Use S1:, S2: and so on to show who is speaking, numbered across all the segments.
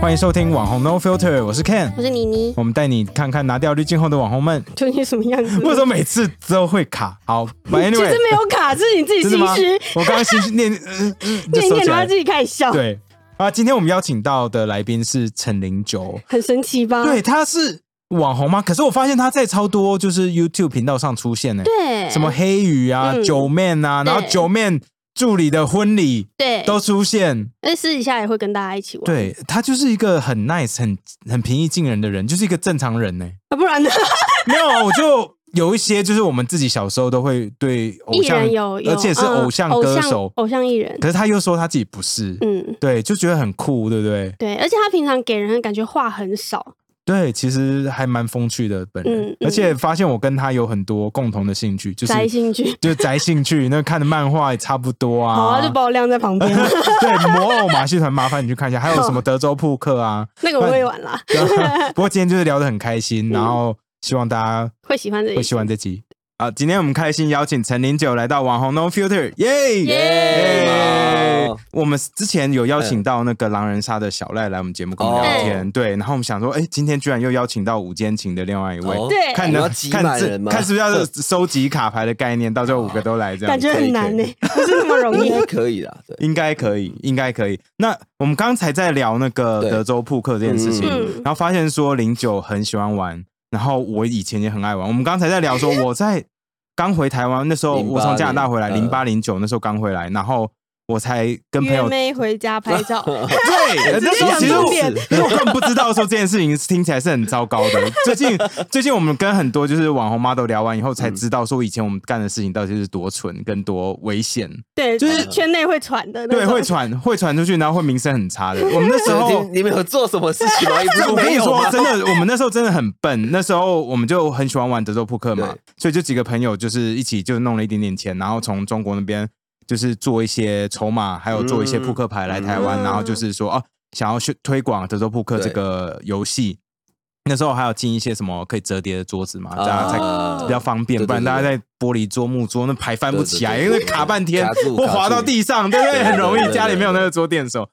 S1: 欢迎收听网红 No Filter，我是 Ken，
S2: 我是妮妮，
S1: 我们带你看看拿掉滤镜后的网红们
S2: 就你什 么样子？
S1: 为什么每次都会卡。 好，But
S2: 其实
S1: anyway，
S2: 没有卡，是你自己
S1: 真
S2: 心
S1: 的吗
S2: 虚，？
S1: 我刚刚心虚 念，嗯嗯，就
S2: 念一
S1: 收
S2: 念
S1: 起
S2: 然
S1: 来
S2: 后
S1: 了
S2: 自。己开始笑，
S1: 对啊，今天我们邀请到的来宾是陈零九，
S2: 很神奇吧？
S1: 对，他是网红吗？可是我发现他在超多就是 YouTube 频道上出现呢、
S2: 对，
S1: 什么黑鱼啊、
S2: 嗯
S1: 九面啊，然后
S2: 对
S1: 九面助理的婚礼
S2: 对，
S1: 都出现。
S2: 但私底下也会跟大家一起玩，
S1: 对他就是一个很 nice、很很平易近人的人，就是一个正常人呢、
S2: 啊，不然呢？
S1: 没有啊，我就有一些就是我们自己小时候都会对偶
S2: 艺
S1: 像
S2: 人有，，有
S1: 而且是
S2: 嗯
S1: 偶像歌手，
S2: 偶像艺人，
S1: 可是他又说他自己不是，
S2: 嗯，
S1: 对，就觉得很酷，对不对？
S2: 对，而且他平常给人的感觉话很少，
S1: 对，其实还蛮风趣的本人
S2: 嗯，
S1: 而且发现我跟他有很多共同的兴趣，就是
S2: 宅兴趣，
S1: 就是宅兴趣，那看的漫画也差不多啊。
S2: 好啊，就把我晾在旁边，
S1: 对，魔偶马戏团，麻烦你去看一下，还有什么德州扑克 啊。
S2: 那个我会玩啦，
S1: 不过今天就是聊得很开
S2: 嗯
S1: 心，然后希望大家
S2: 会喜欢这
S1: 会
S2: 一
S1: 喜欢这集。啊，今天我们开心邀请陈零九来到网红 No Filter，耶
S2: 耶
S1: 耶
S3: 哇！
S1: 我们之前有邀请到那个狼人杀的小赖来我们节目跟我们聊
S3: 哦
S1: 天，对，然后我们想说，哎，今天居然又邀请到五间情的另外一位，
S3: 哦
S2: 对
S1: 看
S3: 你
S1: 能
S3: 要挤
S1: 看
S3: 满
S1: 这
S3: 人吗
S1: 看是不是要收集卡牌的概念，到最后五个都来这样，
S2: 感觉很难呢，不是那 么容易
S3: 应。该可以啦，对，
S1: 应该可以，应该可以。那我们刚才在聊那个
S3: 对
S1: 德州扑克这件事情，
S2: 嗯
S1: 然后发现说零九很喜欢玩，然后我以前也很爱玩。我们刚才在聊
S2: 嗯
S1: 说我在刚回台湾那时候，
S3: 08
S1: 我从加拿大回来，
S3: 嗯
S1: 零八零九那时候刚回来，然后我才跟朋
S2: 约
S1: 友
S2: 妹回家 拍照，
S1: 对，那时候其实
S2: 直接讲重点
S1: 我，那时候我根本不知道说这件事情听起来是很糟糕的。最近最近我们跟很多就是网红 model 聊完以后，才知道说以前我们干的事情到底是多蠢跟多危险。
S2: 对，
S1: 就
S2: 就是是圈内会传的那
S1: 对，
S2: 种
S1: 会传会传出去，然后会名声很差的。我们那时候
S3: 你你们有做什么事情 吗？也不是
S1: 我跟
S3: 没
S1: 你
S3: 有
S1: 说，
S3: 啊吗？
S1: 真的，我们那时候真的很笨。那时候我们就很喜欢玩德州扑克嘛
S3: 对，
S1: 所以就几个朋友就是一起就弄了一点点钱，然后从中国那边就是做一些筹码，还有做一些
S3: 嗯
S1: 扑克牌来台湾，
S2: 嗯
S1: 然后就是说哦，想要去推广德州扑克这
S3: 对
S1: 个游戏。那时候还有进一些什么可以折叠的桌子嘛，大家才
S3: 啊
S1: 比较方便，
S3: 对对
S1: 不然
S3: 对
S1: 大家
S3: 对
S1: 在玻璃桌、木桌那牌翻不起来，啊
S3: 对
S1: 因
S3: 对对
S1: 为卡半天
S3: 卡住
S1: 或
S3: 卡
S1: 滑到
S3: 住
S1: 地上，对不对？
S3: 对
S1: 很容
S3: 对
S1: 易
S3: 对
S1: 家里
S3: 对
S1: 没有
S3: 对嗯
S1: 那个桌垫手，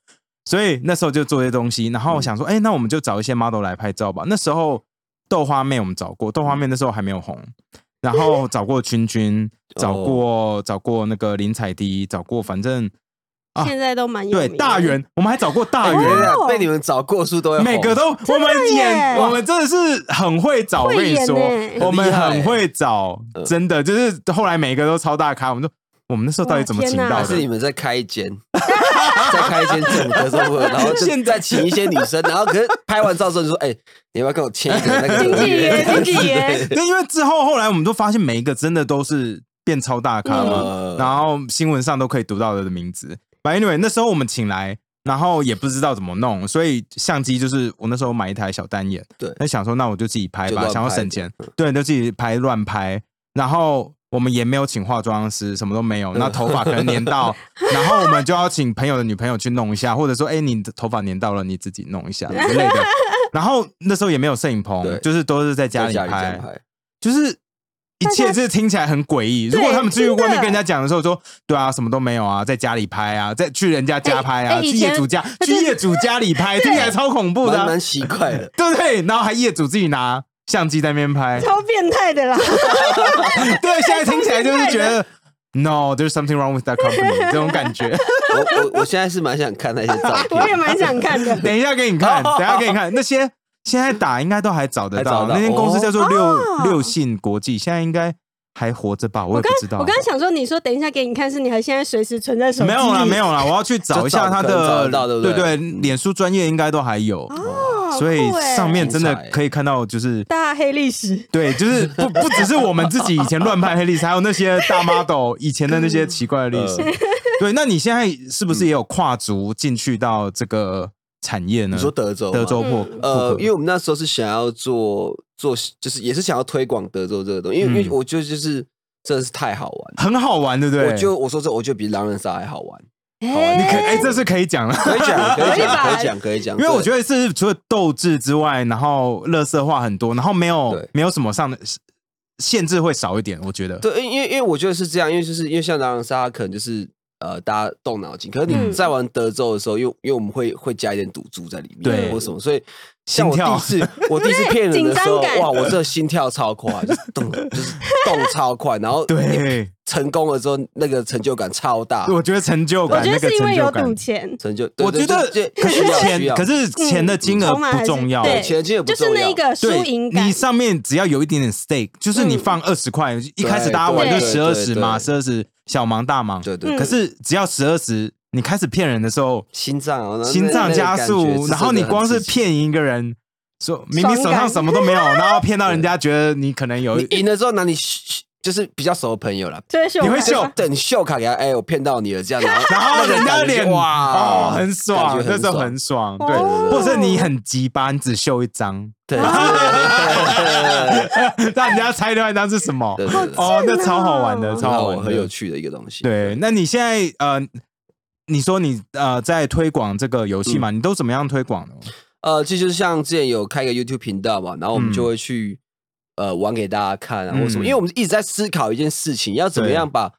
S1: 所以那时候就做这些东西。然后我想说，哎、那我们就找一些 model 来拍照吧。那时候豆花妹我们找过，豆花妹那时候还没有红，然后找过君君，找
S3: 哦
S1: 过、找过那个林采迪，找过反正啊
S2: 现在都蛮有
S1: 对
S2: 名的
S1: 大圆，我们还找过大
S3: 对对
S1: 圆。
S3: 对被你们找过书都要
S1: 哦 每个都，我们演，
S2: 耶
S1: 我们真的是很会找。我
S2: 会
S1: 跟你
S2: 演
S1: 说
S2: 欸，
S1: 我们
S3: 很厉害
S1: 很会找，
S3: 嗯
S1: 真的就是后来每个都超大咖。我们说，我们那时候到底
S2: 哇
S1: 怎么
S2: 天
S1: 请
S2: 哪
S1: 到
S3: 还
S1: 的
S3: 是？你们在开一间， 在开一间正歌手会，然后现在请一些女生，然后可是拍完照之后就说，哎，你要不要跟我签一个那个
S2: 经纪约，经纪 约，
S1: 对，因为之后后来我们都发现，每一个真的都是变超大咖嘛，
S3: 嗯
S1: 然后新闻上都可以读到的名字。反正 anyway，那时候我们请来，然后也不知道怎么弄，所以相机就是我那时候买一台小单眼，
S3: 对
S1: 那想说那我就自己拍
S3: 就
S1: 吧，
S3: 乱
S1: 想要
S3: 拍
S1: 省
S3: 的
S1: 钱，对，就自己拍乱拍，然后。我们也没有请化妆师，什么都没有。
S3: 嗯
S1: 那头发可能粘 到，然后我们就要请朋友的女朋友去弄一下，或者说，哎、你的头发粘到了，你自己弄一下之类 的。然后那时候也没有摄影
S3: 对
S1: 棚，就是都是在家
S3: 在
S1: 里
S3: 家里这
S1: 拍
S3: 样，拍，
S1: 就是一切这听起来很诡异。如果他们去外面跟人家讲的时候说，对啊，什么都没有啊，在家里拍啊，在去人家家拍啊，
S2: 哎哎
S1: 去
S2: 以前
S1: 业主家，去业主家里 拍，听起来超恐怖的
S3: 蛮
S1: 啊，
S3: 蛮奇怪的。
S1: 对不对？然后还业主自己拿相机在那边拍，
S2: 超变态 的啦！
S1: 对，现在听起来就是觉得。No, there's something wrong with that company，这种感 觉。
S3: 我我我现在是蛮想看那些照 片，
S2: 我也蛮想看的。
S1: 等一下给你看，
S2: 哦
S1: 等一下给你看，那些现在打应该都还找得到。
S3: 还找得到
S1: 那间公司叫做六、
S2: 哦
S1: 六信国际，现在应该还活着吧？我也不知道。
S2: 我刚刚想说，你说等一下给你看，是你还现在随时存在手机
S1: 没
S2: 里？
S1: 有啦，没有啦，我要去找一下他
S3: 就找找
S1: 的，
S3: 得到对不对
S1: 对，脸书专业应该都还有，
S2: 哦，
S1: 所以
S2: 酷欸欸
S1: 上面真的可以看到，就是
S2: 大黑历史，
S1: 对，就是不不只是我们自己以前乱拍黑历史，还有那些大 model 以前的那些奇怪的历史
S3: 嗯。
S1: 对，那你现在是不是也有跨足进去到这个产业呢？
S3: 你说德州吗
S1: 德州破
S2: 嗯
S3: 呃，
S1: 为
S3: 因为我们那时候是想要做做，就是也是想要推广德州这个东西，因为、
S1: 嗯
S3: 因为我觉得就是真的是太好玩了。
S1: 很好玩，对不对？
S3: 我就我说这，我觉得比狼人杀还好 玩，
S1: 你可
S2: 哎
S1: 哎，这是可以讲了。
S3: 可以讲，可以
S2: 可以
S3: 讲，
S2: 吧
S3: 可以讲，可以讲。
S1: 因为我觉
S3: 得
S1: 得是除了斗志之外，然后乐色话很多，然后没有
S3: 对
S1: 没有什么上的限制会少一点，我觉得。
S3: 对，因为因为因为我觉得是这样，因为就是因为像狼人杀，可能就是呃大家动脑筋。可是你
S2: 嗯
S3: 在玩德州的时候，因为因为我们会会加一点赌注在里面，
S1: 对
S3: 或什么，所以像我
S1: 心
S3: 第
S1: 跳
S3: 一 次我第一次骗人的时候
S2: 紧张，感
S3: 哇，我这心跳超快，就是动就是动超快，然后
S1: 对，
S3: 成功了之后那个成就感超大，
S1: 我觉得成就
S2: 我
S1: 感，
S2: 觉
S1: 那
S2: 得
S1: 个
S2: 是因
S1: 成
S2: 为
S1: 就
S2: 有
S1: 感
S2: 赌，钱，
S3: 成就，对
S1: 我觉
S3: 对
S1: 得
S3: 对
S1: 可
S3: 需
S1: 是
S3: 要需
S1: 钱，
S3: 要
S1: 可是钱的金额
S2: 筹码还
S1: 不
S2: 是
S1: 重要，
S2: 对
S3: 钱其实不
S2: 就是
S3: 重要
S2: 那一个输
S1: 对
S2: 赢，感
S1: 你。上面只要有一点点 stake，就是你放二十块，一开始大家玩就
S2: 对
S1: 十
S3: 嗯对
S1: 二
S3: 对
S1: 十
S3: 对
S1: 嘛，十二十小盲大盲。
S3: 对对
S2: 嗯
S1: 可是只要十二十，你开始骗人的时候，
S3: 心脏然后那
S1: 心脏加
S3: 那个感
S1: 速，
S3: 觉
S1: 然后你光是
S3: 真的很刺激
S1: 骗一个人，说明明手上什么都没有，然后骗到人家觉得你可 能有，
S3: 你赢了之后，拿你嘘嘘就是比较熟的朋友啦。
S2: 就会秀
S1: 你会
S2: 吧
S1: 秀
S3: 就对你秀卡给他，哎，我骗到你了，这样，然后
S1: 然后人家
S3: 那个感觉
S1: 脸
S3: 哇
S1: 哦，很爽
S3: 感，觉
S1: 那时候
S3: 爽
S1: 很爽，对，
S2: 哦
S1: 或者是你很急吧，你只秀一张，
S3: 对，
S1: 让人家猜另外一张是什么，
S3: 对对对对对，
S1: 哦，那超好玩的，
S2: 好
S1: 超
S3: 然
S1: 好
S3: 后
S1: 玩的，
S3: 很有趣的一个东西。
S1: 对，那你现在呃，你说你呃在推广这个游戏嘛？你都怎么样推广呢？
S3: 呃，这就是像之前有开一个 YouTube 频道嘛，然后我们就会去、呃玩给大家看啊，或什么，
S1: 嗯
S3: 因为我们一直在思考一件事情，要怎么
S1: 对
S3: 样把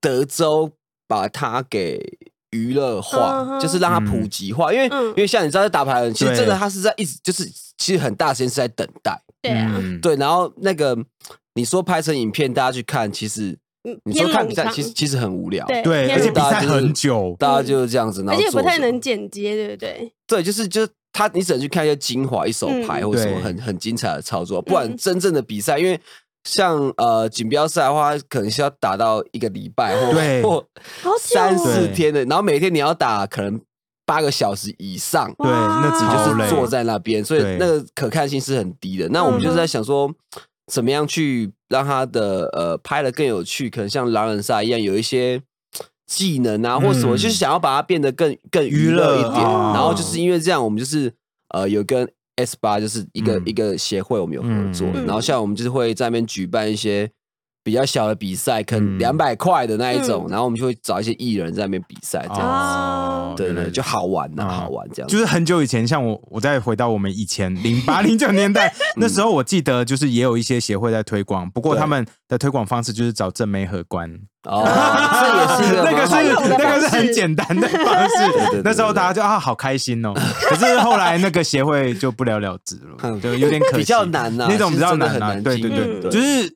S3: 德州把它给。娱乐化、
S2: 嗯哼
S3: 就是让它普
S1: 嗯
S3: 及化，因为、
S2: 嗯
S3: 因为像你知道在打牌的人，其实
S1: 对
S3: 真的他是在一直就是其实很大时间是在等待，
S2: 对啊，
S1: 嗯，
S3: 对，然后那个你说拍成影片大家去看，其实
S2: 嗯
S3: 你说看比
S2: 偏
S3: 赛
S2: 冗长
S3: 其实其实很无聊，
S2: 对
S1: 对，
S2: 偏
S1: 而且
S2: 冗
S1: 比
S2: 长
S1: 赛很久，
S3: 大家就是这样子，然
S2: 而
S3: 后
S2: 且也不
S3: 做
S2: 太
S3: 什么
S2: 能剪接，对不对？
S3: 对，就是就是他，你只能去看一些精华、一手牌
S2: 嗯
S3: 或者什么
S1: 对
S3: 很很精彩的操作，不然
S2: 嗯
S3: 真正的比赛，因为像呃锦标赛的话，可能是要打到一个礼拜或
S1: 对
S3: 或
S2: 好久
S3: 三
S2: 哦，
S3: 四
S1: 对
S3: 天的，然后每天你要打可能八个小时以上，
S1: 对，那
S2: 哇
S1: 超
S3: 你就
S1: 累
S3: 是，坐在那边，所以
S1: 对
S3: 那个可看性是很低的。那我们就是在想说，怎么样去让他的呃拍的更有趣，可能像狼人杀一样有一些。技能啊，或什么，
S1: 嗯
S3: 就是想要把它变得更更
S1: 娱
S3: 娱
S1: 乐啊
S3: 乐一点。
S2: 哦
S3: 然后就是因为这样，我们就是呃有跟 S 八就是一个、
S1: 嗯
S3: 一个协会，我们有合作。
S1: 嗯
S3: 然后像我们就是会在那边举办一些比较小的比赛，可能
S1: 嗯
S3: 两百块的那一种。
S2: 嗯
S3: 然后我们就会找一些艺人在那边比赛，这样、
S1: 哦，
S3: 对对，就好玩呐、
S1: 啊
S3: 好玩这样子。
S1: 就是很久以前，像我，我再回到我们以前零八零九年 代，那时候我记得就是也有一些协会在推广，不过
S3: 对
S1: 他们的推广方式就是找正妹荷官，
S3: 哦，这也是一个
S1: 那个
S3: 蛮好
S1: 是
S3: 的
S2: 的
S1: 那个是
S2: 方式
S1: 很简单的方
S3: 对对
S1: 式
S3: 对。
S1: 那时候大家就啊好开心哦，可是后来那个协会就不了了之了，
S3: 嗯
S1: 就有点可惜，
S3: 比较难呐，
S1: 那种
S3: 其
S1: 比
S3: 实
S1: 较
S3: 真的
S1: 难
S3: 很
S1: 啊，
S3: 难嗯
S1: 对
S3: 经
S1: 对
S3: 营
S1: 对，
S3: 对，
S1: 就是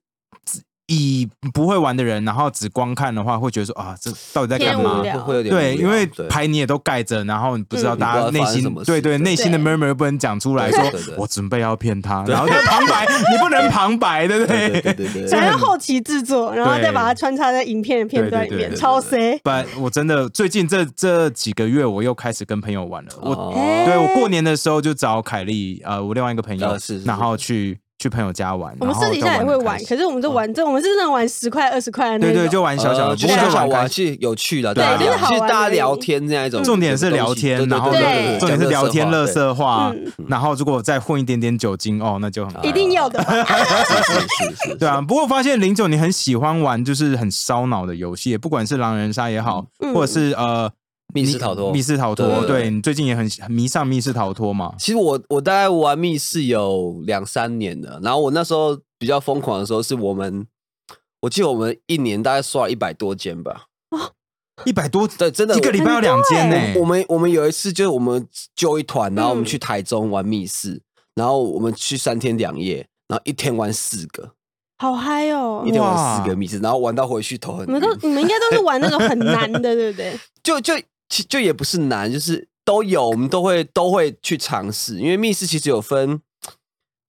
S1: 以不会玩的人，然后只光看的话，会觉得说啊，这到底在干
S2: 偏无
S1: 嘛？
S2: 聊
S3: 会会有点无聊
S1: 对，因为
S3: 对
S1: 牌你也都盖着，然后你不知道
S2: 嗯
S1: 大家内
S3: 你不知道发生什
S1: 心
S3: 么，事
S1: 对对，
S3: 对
S1: 内心的
S2: 对
S1: murmur 不能讲出来
S3: 对
S1: 说
S3: 对对，对
S1: 我准备要骗他，然后就旁白， 你不能旁白，对不
S3: 对对对
S1: 对？
S3: 对对
S2: 想
S3: 对，
S2: 要后期制作，然后再把它穿插在影片的片段里
S1: 对对对
S2: 面，
S1: 对
S2: 超 C。
S1: 不然我真的最近这这几个月，我又开始跟朋友玩了。我
S3: 哦
S1: 对我过年的时候就找凯莉，呃，我另外一个朋友
S3: 呃是是，是
S1: 然后去去朋友家玩。
S2: 我们
S1: 然后
S2: 私底
S1: 都
S2: 下也
S1: 得
S2: 会
S1: 开
S2: 玩，
S1: 心
S2: 可是我们就玩这，我们是那种玩十块二十块的那
S1: 对
S2: 种。
S1: 对，就玩小小的，
S3: 呃就
S1: 不过
S3: 小
S1: 就
S3: 小玩
S1: 开心
S3: 是有趣的，
S1: 对啊
S3: 大家
S1: 就是好
S3: 其实
S2: 玩
S3: 大家
S2: 而已
S3: 聊天那一种，
S1: 重点是聊天，然后
S2: 对
S1: 呢
S2: 嗯对
S1: 重点是聊天、乐， 色化
S2: 嗯，
S1: 然后如果再混一点点酒精哦，那就很好
S2: 一定要 的吧。
S3: 是是是，
S1: 对啊。不过我发现零九你很喜欢玩就是很烧脑的游戏，不管是狼人杀也好，
S2: 嗯
S1: 或者是呃
S3: 密室逃脱
S1: 密室逃
S3: 对
S1: 脱，
S3: 对
S1: 对
S3: 对
S1: 你最近也很很迷上密室逃脱嘛？
S3: 其实我我大概玩密室有两三年了，然后我那时候比较疯狂的时候是我们，我记得我们一年大概刷了一百多间吧，
S1: 一百多，
S3: 对，真的
S1: 一个礼拜要两间
S2: 哎
S1: 欸呢。
S3: 我们我们有一次就是我们揪一团，然后我
S2: 嗯
S3: 们去台中玩密室，然后我们去三天两夜，然后一天玩四个，
S2: 好嗨哦
S3: 一！天
S1: 哇
S3: 玩四个密室，然后玩到回去头很
S2: 你们都
S1: 嗯
S3: 晕
S2: 你们应该都是玩那种很难的，对不对？
S3: 就就其就也不是难，就是都有，我们都会都会去尝试，因为密室其实有分。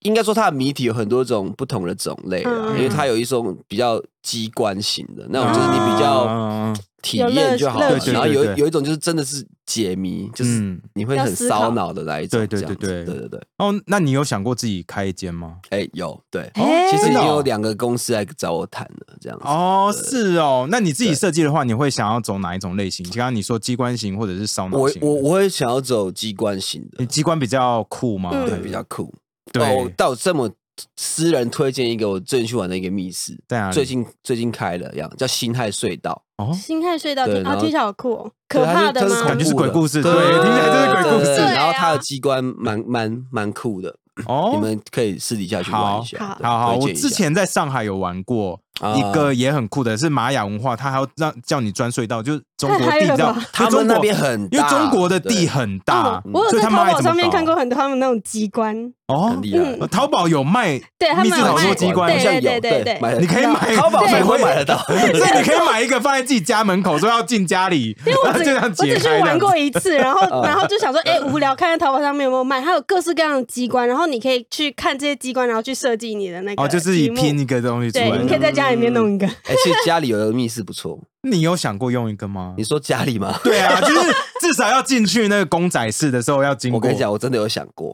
S3: 应该说，它的谜题有很多种不同的种类啊，
S2: 嗯
S3: 因为它有一种比较机关型的，那种就是你比较
S1: 嗯
S3: 体验就好了
S2: 啊有乐，趣
S3: 然后
S1: 对对
S3: 有
S1: 对
S3: 有一种就是真的是解谜，就是
S1: 嗯
S3: 你会
S2: 要
S3: 很
S2: 思考
S3: 烧脑的那一种，
S1: 对对
S3: 这样
S1: 对
S3: 子
S1: 对
S3: 对对对，
S1: 哦，那你有想过自己开一间吗？
S3: 哎，有对，
S2: 哎
S3: 其实
S1: 真
S3: 已
S1: 的
S3: 经
S1: 哦
S3: 有两个公司来找我谈了，这样子。
S1: 哦，是哦，那你自己
S3: 呃对
S1: 设计的话，你会想要走哪一种类型？刚刚你说机关型或者是烧脑
S3: 我
S1: 型的，
S3: 我我会想要走机关型的
S1: 你，机关比较酷吗？
S2: 嗯
S3: 对，比较酷。哦
S1: 哎对，，
S3: 但我这么私人推荐一个我最近去玩的一个密室，
S1: 在哪里
S3: 最近最近开了，一样叫辛亥隧道，
S1: 哦，
S2: 辛亥隧道
S3: 对
S2: 听
S3: 然
S2: 啊，
S3: 后
S2: 听起来好酷哦，可怕的
S3: 对它
S2: 吗
S3: 是？
S1: 感觉是鬼故事
S3: 对
S1: 对听起来就是鬼故事
S3: 对对对
S2: 对啊
S3: 然后它的机关蛮蛮蛮酷的，
S1: 哦，
S3: 你们可以私底下去玩一下。
S2: 好
S3: 对
S1: 好好，
S3: 推
S1: 我
S3: 荐一
S1: 之
S3: 下
S1: 前在上海有玩过
S3: 啊
S1: 一个也很酷的，是玛雅文化，它还要让叫你钻隧道，就是中国
S2: 太嗨
S1: 地
S2: 了
S1: 比较
S2: 吧，
S3: 他们那边很
S1: 因为
S3: 大，
S1: 中国的
S3: 对
S1: 地很大，嗯
S2: 哦我
S1: 所
S2: 有
S1: 以
S2: 在
S1: 他们
S2: 淘
S1: 爱
S2: 宝
S1: 怎么
S2: 上面
S1: 搞啊
S2: 看过很多他们那种机关，
S1: 哦
S3: 很。厉
S2: 嗯
S3: 害。
S1: 呃淘宝有卖，
S2: 对他
S1: 密
S2: 们
S1: 室逃
S2: 有
S1: 脱
S2: 卖
S1: 机关
S2: 对
S3: 好像有
S2: 对对对
S3: 买
S2: 对
S3: 了
S1: 你可以买
S3: 淘宝
S1: 对
S3: 上会买得到。
S1: 所以你可以买一个放在自己家门口，说要进家里，
S2: 啊因为我
S1: 然后
S2: 只
S1: 就这样
S2: 我
S1: 解
S2: 只去
S1: 开这
S2: 玩
S1: 样子
S2: 过一 次，然后
S3: 嗯
S2: 然后就想说，哎、无聊，看看淘宝上面有没有卖，它有各式各样的机关，然后你可以去看这些机关，然后去设计你的那个
S1: 哦，就自己
S2: 题目
S1: 拼一个东西出
S2: 对，
S1: 来
S2: 你可
S1: 的。
S2: 以在家里面弄一个，
S3: 哎，其实家里有个密室不错。
S1: 你有想过用一个吗
S3: 你？说家里吗？
S1: 对啊，就是至少要进去那个公仔室的时候要经过。
S3: 我跟你讲，我真的有想 过，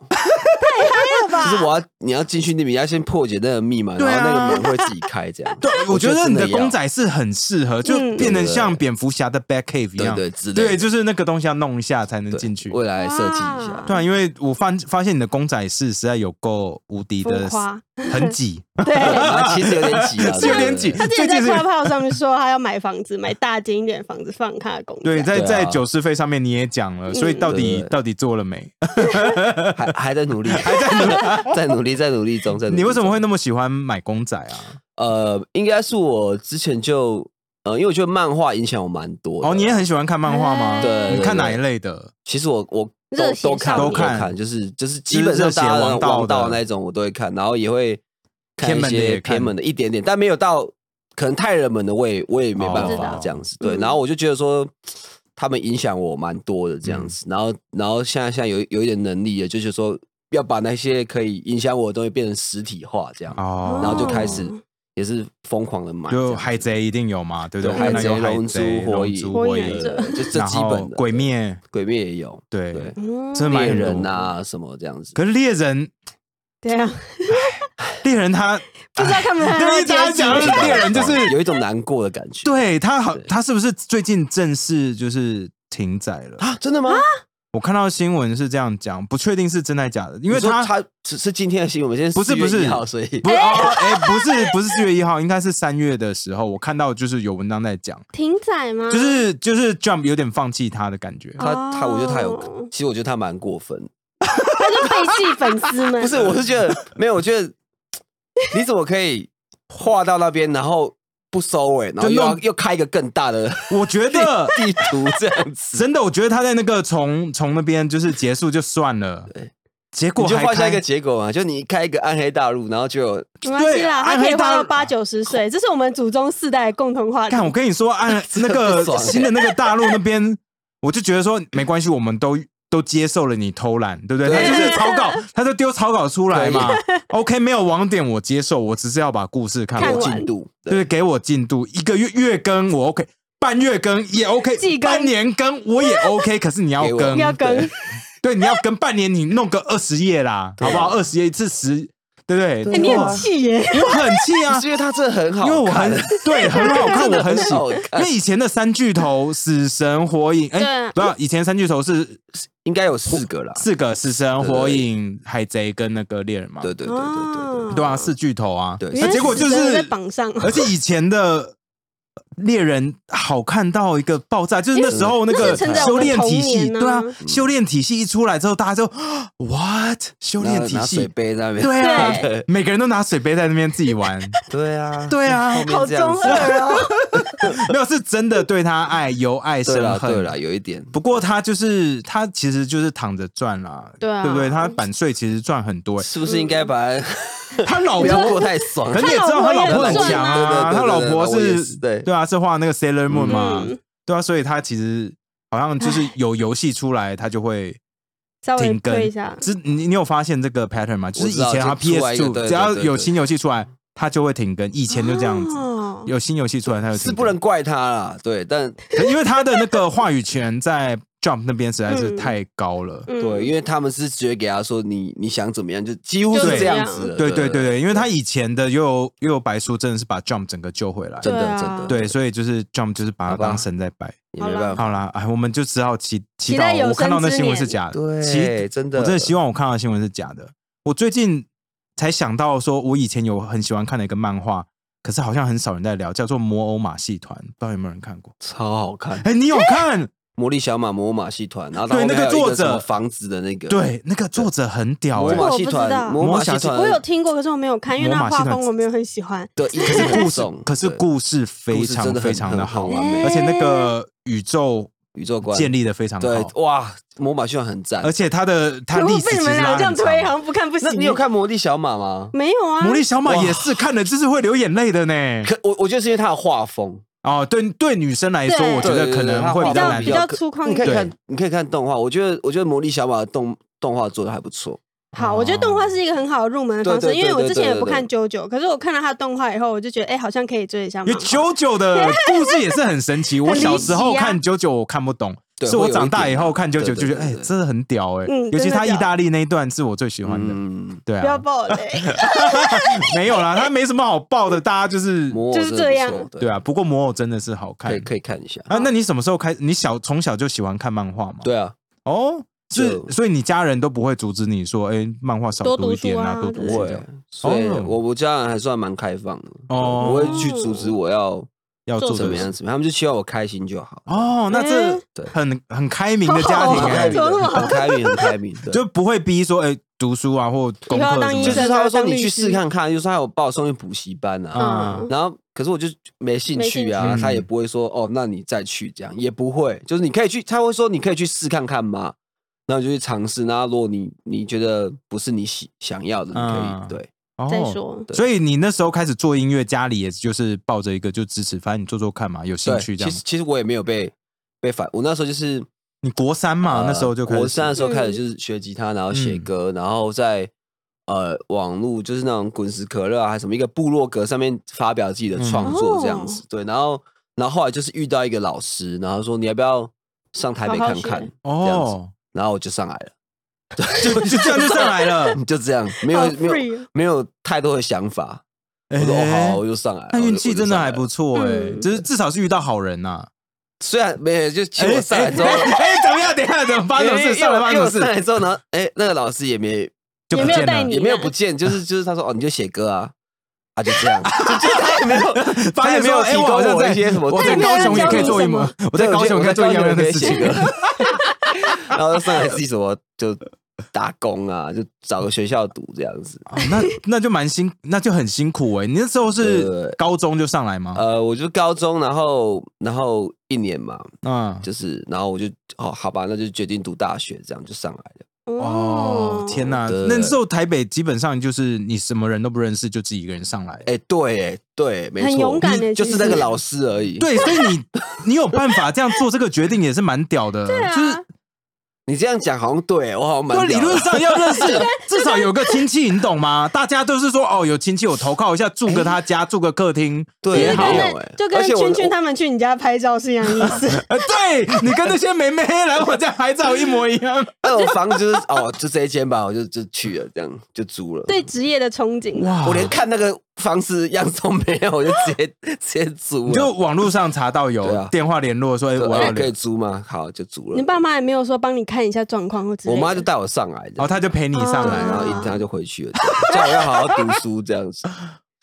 S2: 对吧？
S3: 就是我要你要进去那边，你要先破解那个密码，然
S1: 对啊
S3: 后那个门会自己开，这样。
S1: 对，啊我觉得
S3: 真
S1: 你的
S3: 要
S1: 公仔室很适合，就
S2: 嗯
S1: 变成
S3: 对对
S1: 像蝙蝠侠的 Bat Cave 一
S3: 对
S1: 样，
S3: 对之类的，
S1: 对，就是那个东西要弄一下才能
S3: 对
S1: 进去。
S3: 未来设计一下
S2: 哇。
S1: 对啊，因为我发发现你的公仔室实在有够无敌的
S2: 浮夸，
S1: 很挤，
S2: 对。
S3: 那其实有点挤啊，
S1: 是有点挤。
S2: 他之
S1: 最
S2: 前
S1: 近
S2: 在
S1: 是
S2: Clubhouse 上面说他要买房子，买大间一点的房子放他的公仔。
S1: 对，在
S3: 对啊
S1: 在九十费上面你也讲了，所以到
S3: 对
S1: 底
S3: 对对
S1: 到底做了没？
S3: 对还还 在努力，还在努力，在努力，在努力中，在努力中。
S1: 你为什么会那么喜欢买公仔啊？
S3: 呃，应该是我之前就呃，因为我觉得漫画影响我蛮多的。
S1: 哦，你也很喜欢看漫画吗？
S3: 对
S1: 你看
S3: 对
S1: 哪
S3: 对
S1: 一类的？
S3: 其实我我
S2: 热
S3: 都
S2: 血
S3: 都看
S1: 少
S3: 我
S1: 年都看
S3: 就是就是基本
S1: 就
S3: 上
S1: 是热血
S3: 大家
S1: 王
S3: 王
S1: 道的
S3: 道那种我都会看，然后也会看
S1: 偏
S3: 一
S1: 门的也
S3: 些
S1: 看
S3: 偏门的一点点，但没有到可能太热门的，我也我也没办
S1: 哦
S3: 法这样子。
S2: 我知道嗯
S3: 对，然后我就觉得说。他们影响我蛮多的这样
S1: 嗯
S3: 子，然后然后现在现在有有一点能力了，就是说要把那些可以影响我的东西变成实体化这样，
S1: 哦，
S3: 然后就开始也是疯狂的买这样子，
S1: 就海贼一定有嘛，对不对？
S3: 对
S1: 我们
S3: 海
S1: 有
S3: 贼
S1: 海
S3: 龙
S1: 贼
S3: 珠火
S1: 龙
S3: 影
S1: 珠
S2: 火
S1: 火
S2: 影
S1: 影
S2: 忍者
S3: 对，就这
S1: 然
S3: 基
S1: 后
S3: 本的
S1: 鬼灭，
S3: 鬼灭也有，
S1: 对
S3: 对，
S2: 嗯
S1: 真的买
S3: 猎
S1: 很多
S3: 人，啊什么这样子，
S1: 可是猎人，
S2: 对啊，
S1: 猎人他，
S2: 不知道他们还
S1: 哎对，
S2: 要
S1: 大家
S2: 结
S1: 讲
S2: 局
S1: 的猎人就是，
S3: 有一种难过的感觉。
S1: 对他好，
S3: 对
S1: 他是不是最近正式就是停载了？
S3: 啊，真的吗？
S1: 我看到新闻是这样讲，不确定是真的假的，因
S3: 因
S1: 为他
S3: 他只是今天的新闻，今天
S1: 不是
S3: 4月
S1: 不是
S3: 1号，所以
S1: 不是哦，哎，不是不是四月一号，应该是三月的时候，我看到就是有文章在讲，
S2: 停载吗？
S1: 就是就是 Jump 有点放弃他的感觉。
S3: 他他我觉得他有
S2: 哦，
S3: 其实我觉得他蛮过分。
S1: 嗯
S2: 他就背弃粉 丝们。
S3: 不是，我是觉得没有，我觉得你怎么可以画到那边，然后不收尾，然后
S1: 就
S3: 又
S1: 弄
S3: 要又开一个更大的
S1: 我觉得
S3: 地图这样子？
S1: 真的，我觉得他在那个从从那边就是结束就算了，
S3: 对，
S1: 结果
S3: 你就
S1: 还
S3: 画下
S1: 开
S3: 一个结果嘛，就你开一个暗黑大陆，然后就有
S2: 没关系啦，
S1: 对啊
S2: 他可以
S1: 暗黑大
S2: 画到八九十岁，这是我们祖宗四代共同话题。
S1: 看，我跟你说， 按那
S3: 不
S1: 个
S3: 爽欸
S1: 新的那个大陆那边，我就觉得说没关系，我们都都接受了你偷懒，对不对？
S3: 对
S1: 他就是草稿，他就丢草稿出来嘛
S3: 可。
S1: OK，没有网点我接受，我只是要把故事看
S2: 看
S1: 完，
S2: 完
S3: 进度，
S1: 就
S3: 对
S1: 是给我进度，一个月月更我 OK，半月更也 OK，
S2: 季更
S1: 半年更我也 OK，可是你要
S3: 给我
S1: 更，
S2: 要更
S3: 对
S1: 对，你要更半年，你弄个二十页啦，好不好？二十页一次十，对不对？
S3: 对
S2: 哎你很气耶，
S1: 因为我很气啊
S3: 是，因为他真的很好
S1: 因
S3: 看，
S1: 为我很 对很好看，我很 喜
S3: 好
S1: 因
S3: 看
S1: 为以前的三巨头，死神、火影，哎、
S2: 对啊
S1: 不要，以前三巨头是
S3: 应该有四个啦，
S1: 四个，死神、
S3: 对对
S1: 火影、海贼跟那个猎人嘛，
S3: 对对对对对对。
S1: 对啊，四巨头啊，
S3: 对
S1: 那结果就
S2: 原来死神
S1: 是
S2: 哦在，榜上，
S1: 而且以前的。猎人好看到一个爆炸，就是那时候那个
S2: 那是承载我
S1: 修
S2: 们
S1: 炼体系，
S2: 童年啊
S1: 对啊，修炼体系一出来之后，大家就 what 修
S3: 拿
S1: 炼体
S3: 拿水
S1: 系，
S3: 杯在那 边，
S1: 对啊
S3: 对，
S1: 每个人都拿水杯在那边自己 玩，
S3: 对啊，
S1: 对啊，
S2: 好中二哦。
S1: 没有是真的对他爱由爱
S3: 对
S1: 生
S3: 啦，
S1: 恨
S3: 对，啦，有一点，
S1: 不过他就是他其实就是躺着赚啦，
S2: 对啊
S1: 对不对？他版税其实赚很多、欸，
S3: 是不是应该把它
S1: 他老
S3: 不要
S1: 婆，
S3: 过太 爽？
S1: 可是你也知道他
S2: 他
S1: 老
S2: 老
S1: 婆
S2: 婆
S1: 很
S2: 也赚
S1: 强啊，
S3: 啊
S1: 他老婆
S3: 对对对对我也
S1: 是
S3: 是，对
S1: 对啊，是画那个 Sailor Moon 嘛，
S2: 嗯
S1: 对啊，所以他其实好像就是有游戏出来，他就会
S2: 稍微
S1: 停
S2: 推
S1: 更
S2: 一下。
S1: 之你你有发现这个 pattern 吗？就是以
S3: 我知
S1: 前
S3: 道
S1: 他
S3: 就出来
S1: PS
S3: 一个
S1: Two
S3: 对对
S1: 只要
S3: 对对
S1: 有新游戏出来，他就会停更，以前就这样子。
S2: 哦
S1: 有新游戏出来，他就是
S3: 不能怪他啦，对，但
S1: 因为他的那个话语权在 Jump 那边实在是
S2: 嗯
S1: 太高了。
S2: 嗯
S3: 对，因为他们是直接给他说你你想怎么样，就几乎
S2: 就是是
S3: 这
S2: 这
S3: 样
S2: 样
S3: 子的，
S1: 对对对
S3: 对，
S1: 对，因为他以前的又有又有白书真的是把 Jump 整个救回来，
S3: 真的
S2: 对啊
S3: 真的，
S1: 对，所以就是 Jump 就是把
S3: 好
S1: 他
S3: 吧
S1: 当神在拜。
S3: 也没办法，
S1: 好啦，哎，我们就只好祈祈
S2: 期待
S1: 祷。
S2: 有
S1: 我看到那新闻是
S2: 生之年
S1: 假的，
S3: 对，
S1: 祈
S3: 真的，
S1: 我真的希望我看到的新闻是假的。我最近才想到，说我以前有很喜欢看的一个漫画，可是好像很少人在聊，叫做《魔偶马戏团》，不知道有没有人看过？
S3: 超好看，
S1: 哎，你有看？
S3: 魔力小马魔马戏团，啊然后它
S1: 对
S3: 后
S1: 那
S3: 面
S1: 个
S3: 还有一
S1: 作者
S3: 什么房子的那个，
S1: 对，那个作者很屌
S3: 魔
S1: 哎、
S3: 马戏
S2: 这哦个我不知道
S3: 团，魔马戏团，
S2: 我有听过，可是我没有看，因为
S1: 魔
S2: 那
S1: 马戏
S2: 画
S1: 团
S2: 风我没有很喜欢。
S3: 对，
S1: 可
S3: 一
S1: 是
S3: 个
S1: 故
S3: 种
S1: 事，可是
S3: 对
S1: 故事非
S3: 故事
S1: 常
S3: 真的很
S1: 非常的
S3: 很好
S1: 好
S3: 完美，
S1: 哎而且那个宇宙
S3: 宇宙观
S1: 建立的非常
S3: 对
S1: 好，
S3: 哇，魔马戏团很赞
S1: 而。且它的它
S2: 如
S1: 历
S2: 果
S1: 史
S2: 被
S1: 其
S2: 你
S1: 实
S2: 们俩
S1: 拉
S2: 这样
S1: 很长
S2: 推，好像不看不行
S3: 啊那。你有？看魔力小马吗？
S2: 没有啊？
S1: 魔力小马
S3: 哇
S1: 也是看了，就是会流眼泪的呢。
S3: 可我我觉得是因为它的画风，
S1: 哦，对对，女生来说，
S2: 对
S1: 我觉得可能会
S2: 比
S1: 较
S2: 较
S1: 难
S2: 比较粗犷
S3: 你
S2: 一
S3: 可
S2: 点
S3: 以看，你可以看动画。我觉得，我觉得魔力小马的动动画做的还不错。
S2: 好，我觉得动画是一个很好的入门的方
S3: 对
S2: 式，
S3: 对
S2: 因为我之前也不看
S3: 对
S2: JoJo，可是我看了他的动画以后，我就觉得哎，好像可以追 一下
S1: 因
S2: 漫
S1: 为
S2: 画。
S1: 九九的故事也是很神奇，我
S2: 很离
S1: 小时候
S2: 奇啊
S1: 看九九我看不懂，
S3: 对
S1: 是
S3: 会
S1: 我
S3: 有一
S1: 长大以
S3: 点
S1: 后看九九
S3: 对
S1: 就
S3: 对
S1: 觉得
S3: 对
S1: 哎，
S3: 对
S1: 真的很屌哎
S2: 嗯，
S1: 尤其
S2: 真的
S1: 他意
S2: 屌
S1: 大利那一段是我最喜欢的，
S3: 嗯，
S1: 对
S2: 不要
S1: 啊，
S2: 爆雷，
S1: 没有啦，他没什么好爆的，大家就是
S3: 魔偶
S2: 就是
S3: 真的不
S2: 这样
S3: 错
S1: 对
S3: 对，
S1: 啊，不过魔偶真的是好
S3: 可以
S1: 看
S3: 可以看一下。
S1: 啊。那你什么时候开始？你小从小就喜欢看漫画吗？
S3: 对啊，
S1: 哦，是，
S3: 就
S1: 所以你家人都不会阻止你说，哎，漫画少
S2: 多
S1: 读
S2: 读
S1: 一点
S2: 书
S1: 啊，
S2: 啊
S1: 多读
S2: 对
S1: 书
S3: 我
S1: 这
S3: 也
S1: 样
S3: 所以
S1: 哦
S3: 我我家人还算蛮开放的，
S1: 哦
S3: 我会去阻止我要
S1: 要做
S2: 做
S3: 怎
S1: 的
S3: 么
S1: 事
S3: 样怎么样，他们就希望我开心就好。
S1: 哦，那这
S2: 嗯
S3: 对哦
S1: 很很开明的家
S2: 好
S1: 庭
S2: 好
S3: 很
S1: 哎
S3: 开
S2: 好
S3: 明的，很开明，很开明。对
S1: 就不会逼说哎、读书啊或功
S2: 以后要
S1: 课
S2: 当
S1: 什么
S2: 医
S3: 就
S1: 的
S3: 是
S2: 生
S3: 他
S2: 啊
S3: 会说
S2: 当
S3: 你
S2: 律
S3: 去试
S2: 师
S3: 看看，就是他有把我送去补习班啊，
S1: 啊
S2: 嗯
S3: 然后可是我就没兴趣啊，
S1: 没兴趣
S3: 他也不会说哦，那你再去这样，也不会，就是你可以去，他会说你可以去试看看嘛，然后你就去尝试，然后如果你你觉得不是你喜想要的，你可以、
S1: 嗯
S3: 对，
S2: 再
S1: 哦。
S2: 说。
S1: 所以你那时候开始做音乐，家里也就是抱着一个就支持，反正你做做看嘛，有兴
S3: 对，
S1: 趣这
S3: 其
S1: 样
S3: 实。其实我也没有被被反，我那时候就是
S1: 你国三嘛，
S3: 呃
S1: 啊那时候就开始
S3: 国三的时候开始
S2: 嗯
S3: 就是学吉他，然后写
S1: 嗯
S3: 歌，然后在呃网络就是那种滚石可乐啊，还是什么一个部落格上面发表自己的
S1: 嗯
S3: 创作这样
S2: 哦
S3: 子。对，然后然后后来就是遇到一个老师，然后说你要不要上台北
S2: 好好
S3: 看看
S2: 学？
S3: 这样子
S1: 哦，
S3: 然后我就上来了，
S1: 就 就这样就上来了。
S3: 就这样，没有
S2: 好
S3: 没
S2: free
S3: 有
S2: 哦
S3: 没有太多的想法。 我
S1: 哎
S3: 说哦好，我就上来了。
S1: 那
S3: 我就
S1: 运气真的还不。
S3: 我就上来了
S1: 错哎，
S2: 嗯
S1: 就是至少是遇到好人呐。
S3: 虽然没有，就其实我上来之后
S1: 哎，哎哎怎么样？等一下怎么发生什么
S3: 因为
S1: 事？上来发
S3: 因
S1: 生
S3: 为我
S1: 什
S3: 上
S1: 么事？
S3: 来之后，然后哎，那个老师也没
S1: 就不
S2: 也没有
S1: 见
S2: 带
S1: 了
S2: 你。
S3: 也没有
S2: 啊
S3: 不见，就是就是他说哦，你就写歌啊，啊就这 样， 就就他也没有，
S1: 发
S3: 他
S1: 现
S3: 也
S1: 没
S3: 没
S1: 有
S3: 有
S1: 哎，
S3: 提
S1: 我好
S3: 供
S1: 像
S3: 我
S1: 在
S3: 一些什么
S1: 我在
S3: 动作
S1: 高雄也可以做一模， 我在
S3: 对
S1: 高雄
S3: 我
S1: 可以
S3: 在
S1: 做一样
S3: 高雄
S1: 的
S3: 可以
S1: 事
S3: 写
S1: 情。
S3: 歌，然后上来自己什么就打工啊，就找个学校读这样子。
S1: 哦、那那就蛮辛，那就很辛苦哎、你那时候
S3: 对对
S1: 是
S3: 对
S1: 高中就上来吗？
S3: 呃，我就高中，然后然后一年嘛，
S1: 嗯，
S3: 就是然后我就哦，好吧，那就决定读大学，这样就上来了。
S1: 哦，天哪！
S3: 对对对
S1: 那时候台北基本上就是你什么人都不认识，就自己一个人上来。
S3: 哎，对，哎，对，没错，
S2: 很勇敢欸
S3: 就是
S2: 其实
S3: 那个老师而已。
S1: 对，所以你你有办法这样做这个决定也是蛮屌的，
S2: 对啊
S1: 就是
S3: 你这样讲好像对我好像蛮
S1: 就
S3: 屌的。
S1: 啊理论上要 认识，至少有个亲戚，你懂吗？大家都是说哦，有亲戚我投靠一下，住个他家，住个客厅
S3: 对
S1: 也
S2: 就
S1: 好。
S2: 跟
S3: 没
S2: 那
S3: 有欸
S2: 就跟
S3: 而且我
S2: 圈圈他们去你家拍照是一样的意思。
S1: 呃，对你跟那些妹妹来我家拍照一模一样。
S3: 那哎我房子就是哦，就这一间吧，我就就去了，这样就租了。
S2: 对职业的憧憬，
S1: 哇
S3: 我连看那个房子样子都没有，我就直接直接
S1: 你
S3: 租了。
S1: 就网络上查到
S3: 对
S1: 有
S3: 啊
S1: 电话联络说，哎，
S3: 对
S1: 我要
S3: 哎可以
S1: 联，
S3: 租吗？好，就租
S2: 你
S3: 了。
S2: 爸妈也没有说帮你看一下状况或之类
S3: 我
S2: 的
S3: 妈就带我上来，
S1: 然后
S3: 的，
S1: 哦他就陪你上
S3: 对
S1: 来
S3: 然
S1: 了
S3: 后。一
S2: 啊
S3: 她就回去了，这样叫我要好好读书这样子。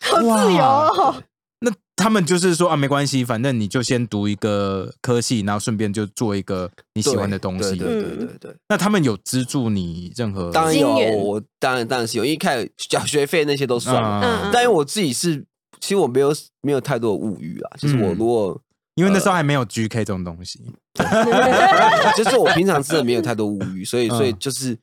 S2: 好自由 哦，
S1: 那他们就是说啊，没关系，反正你就先读一个科系，然后顺便就做一个你
S3: 你
S1: 喜欢的东西。
S3: 对对对对对，
S1: 那他们有资助你任何？
S3: 当然有啊，
S2: 嗯金源
S3: 我我当然当然是有，因为一开始缴学费那些都算了，
S1: 嗯
S2: 嗯
S3: 但因为我自己是，其实我没有没有太多的物欲啊，就是我
S1: 嗯
S3: 如果。
S1: 因为那时候还没有 GK 这种东西。
S3: 就是我平常真的没有太多物欲，所以
S1: 嗯
S3: 所以就是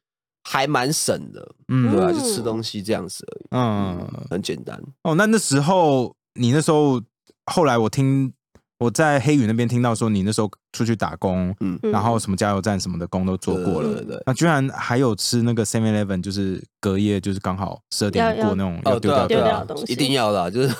S3: 还蛮省的，对
S1: 嗯
S3: 啊，就吃东西这样子而已，
S1: 嗯，
S3: 很简单。
S1: 哦，那那时候你那时候，后来我听我在黑羽那边听到说，你那时候出去打工，
S3: 嗯，
S2: 嗯
S1: 然后什么加油站什么的工都做过了。
S3: 对对对。
S1: 那居然还有吃那个 Seven Eleven，就是隔夜，就是刚好十二点
S2: 要要
S1: 过那种要
S3: 哦，
S1: 丢掉
S3: 对啊，
S1: 的
S3: 对
S2: 丢
S1: 啊
S2: 掉
S3: 啊
S2: 的东西，
S3: 一定要的啊，就是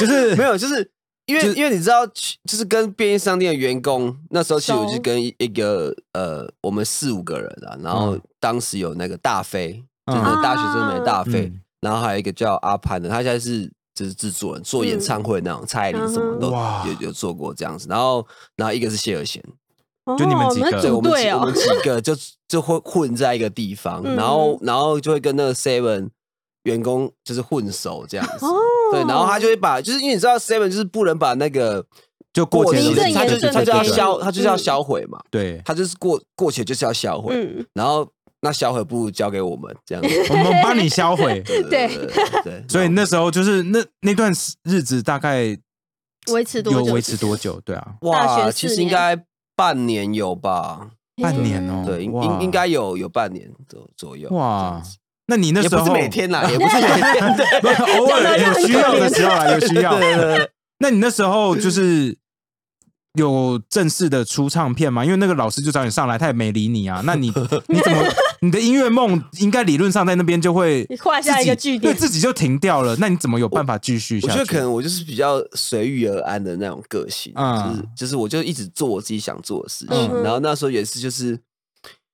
S1: 就是
S3: 没有，就是因
S1: 就
S3: 为因为你知道，就是跟便利商店的员工，那时候其实我
S2: 熟
S3: 就跟一一个呃，我们四五个人啊，然后
S1: 嗯
S3: 当时有那个大飞，
S1: 嗯
S3: 就是
S2: 啊
S3: 大学生的大飞
S1: 嗯，
S3: 然后还有一个叫阿潘的，他现在是就是制作人，做演唱会那种，蔡依林什么
S2: 嗯
S3: 都
S1: 哇
S3: 有有做过这样子，然后然后一个是谢尔贤。
S2: 哦
S1: 就你们几个
S3: 对，我
S2: 组
S3: 们几
S2: 队
S3: 我
S2: 哦
S3: 们，几个就就会混在一个地方，
S2: 嗯
S3: 然后然后就会跟那个 Seven 员工就是混熟这样子。
S2: 哦
S3: 对，然后他就会把，就是因为你知道 Seven 就是不能把那个
S1: 就过节
S2: 期
S1: 的时
S2: 名正
S1: 候
S2: 言
S3: 他就
S2: 顺
S3: 他
S2: 地
S3: 就
S2: 给
S3: 要
S2: 予
S3: 销，他就是要
S2: 嗯
S3: 销毁嘛，
S1: 对，
S3: 他就是过过节就是要销毁，
S2: 嗯，
S3: 然后那销毁不如交给我们这 样子。
S1: 我们帮你销毁。
S2: 对
S3: 对对，
S1: 所以
S3: 然后
S1: 那时候就是那那段日子大概
S2: 维持多
S1: 有
S2: 久？
S1: 维持多久？对啊，
S2: 大
S3: 哇，
S2: 学
S3: 其
S2: 四
S3: 实应
S2: 年
S3: 该半年有吧？
S1: 半年哦
S3: 对，应
S1: 哇
S3: 应应该有有半年左左右。
S1: 哇，那你那
S3: 也
S1: 时
S3: 不
S1: 候
S3: 是每 天啦，也不是每天。 对
S1: 不是偶尔有需要的时候啊，有需要。
S3: 对对对
S1: 那你那时候就是有正式的出唱片吗？因为那个老师就找你上来，他也没理你啊。那 你你怎么你的音乐梦应该理论上在那边就会
S2: 你画下一个
S1: 自己
S2: 句点
S1: 对自己就停掉了。那你怎么有办法 继续下
S3: 我
S1: 去？
S3: 觉得可能我就是比较随遇而安的那种个性，
S1: 嗯
S3: 就是就是我就一直做我自己想做的事情。
S2: 嗯
S3: 然后那时候也是就是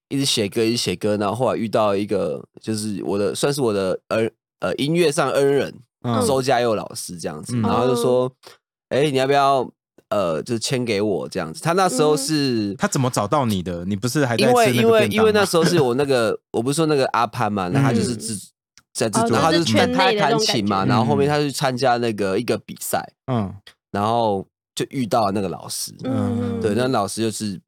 S3: 一直写歌，一直写歌，然后后来遇到一个就是我的算是我的恩呃音乐上恩人
S1: 嗯
S3: 周家佑老师这样子，
S1: 嗯
S3: 然后就说，哎，你要不要呃就是签给我这样子？他那时候
S2: 嗯
S3: 是
S1: 他怎么找到你的？你不是还在
S3: 因
S1: 吃
S3: 为
S1: 那
S3: 因
S1: 个
S3: 为
S1: 便
S3: 因为那
S1: 当吗
S3: 时候是我那个，我不是说那个阿潘嘛，那他就是
S2: 嗯
S3: 自在自
S2: 哦
S3: 主，然后他
S1: 就是
S3: 就
S1: 圈
S3: 在他
S2: 内的那
S3: 弹
S2: 种感
S3: 琴嘛，
S2: 觉
S3: 然后后面
S1: 嗯
S3: 他去参加那个一个比赛，
S1: 嗯
S3: 然后就遇到了那个老师，
S1: 嗯
S3: 对，那老师就是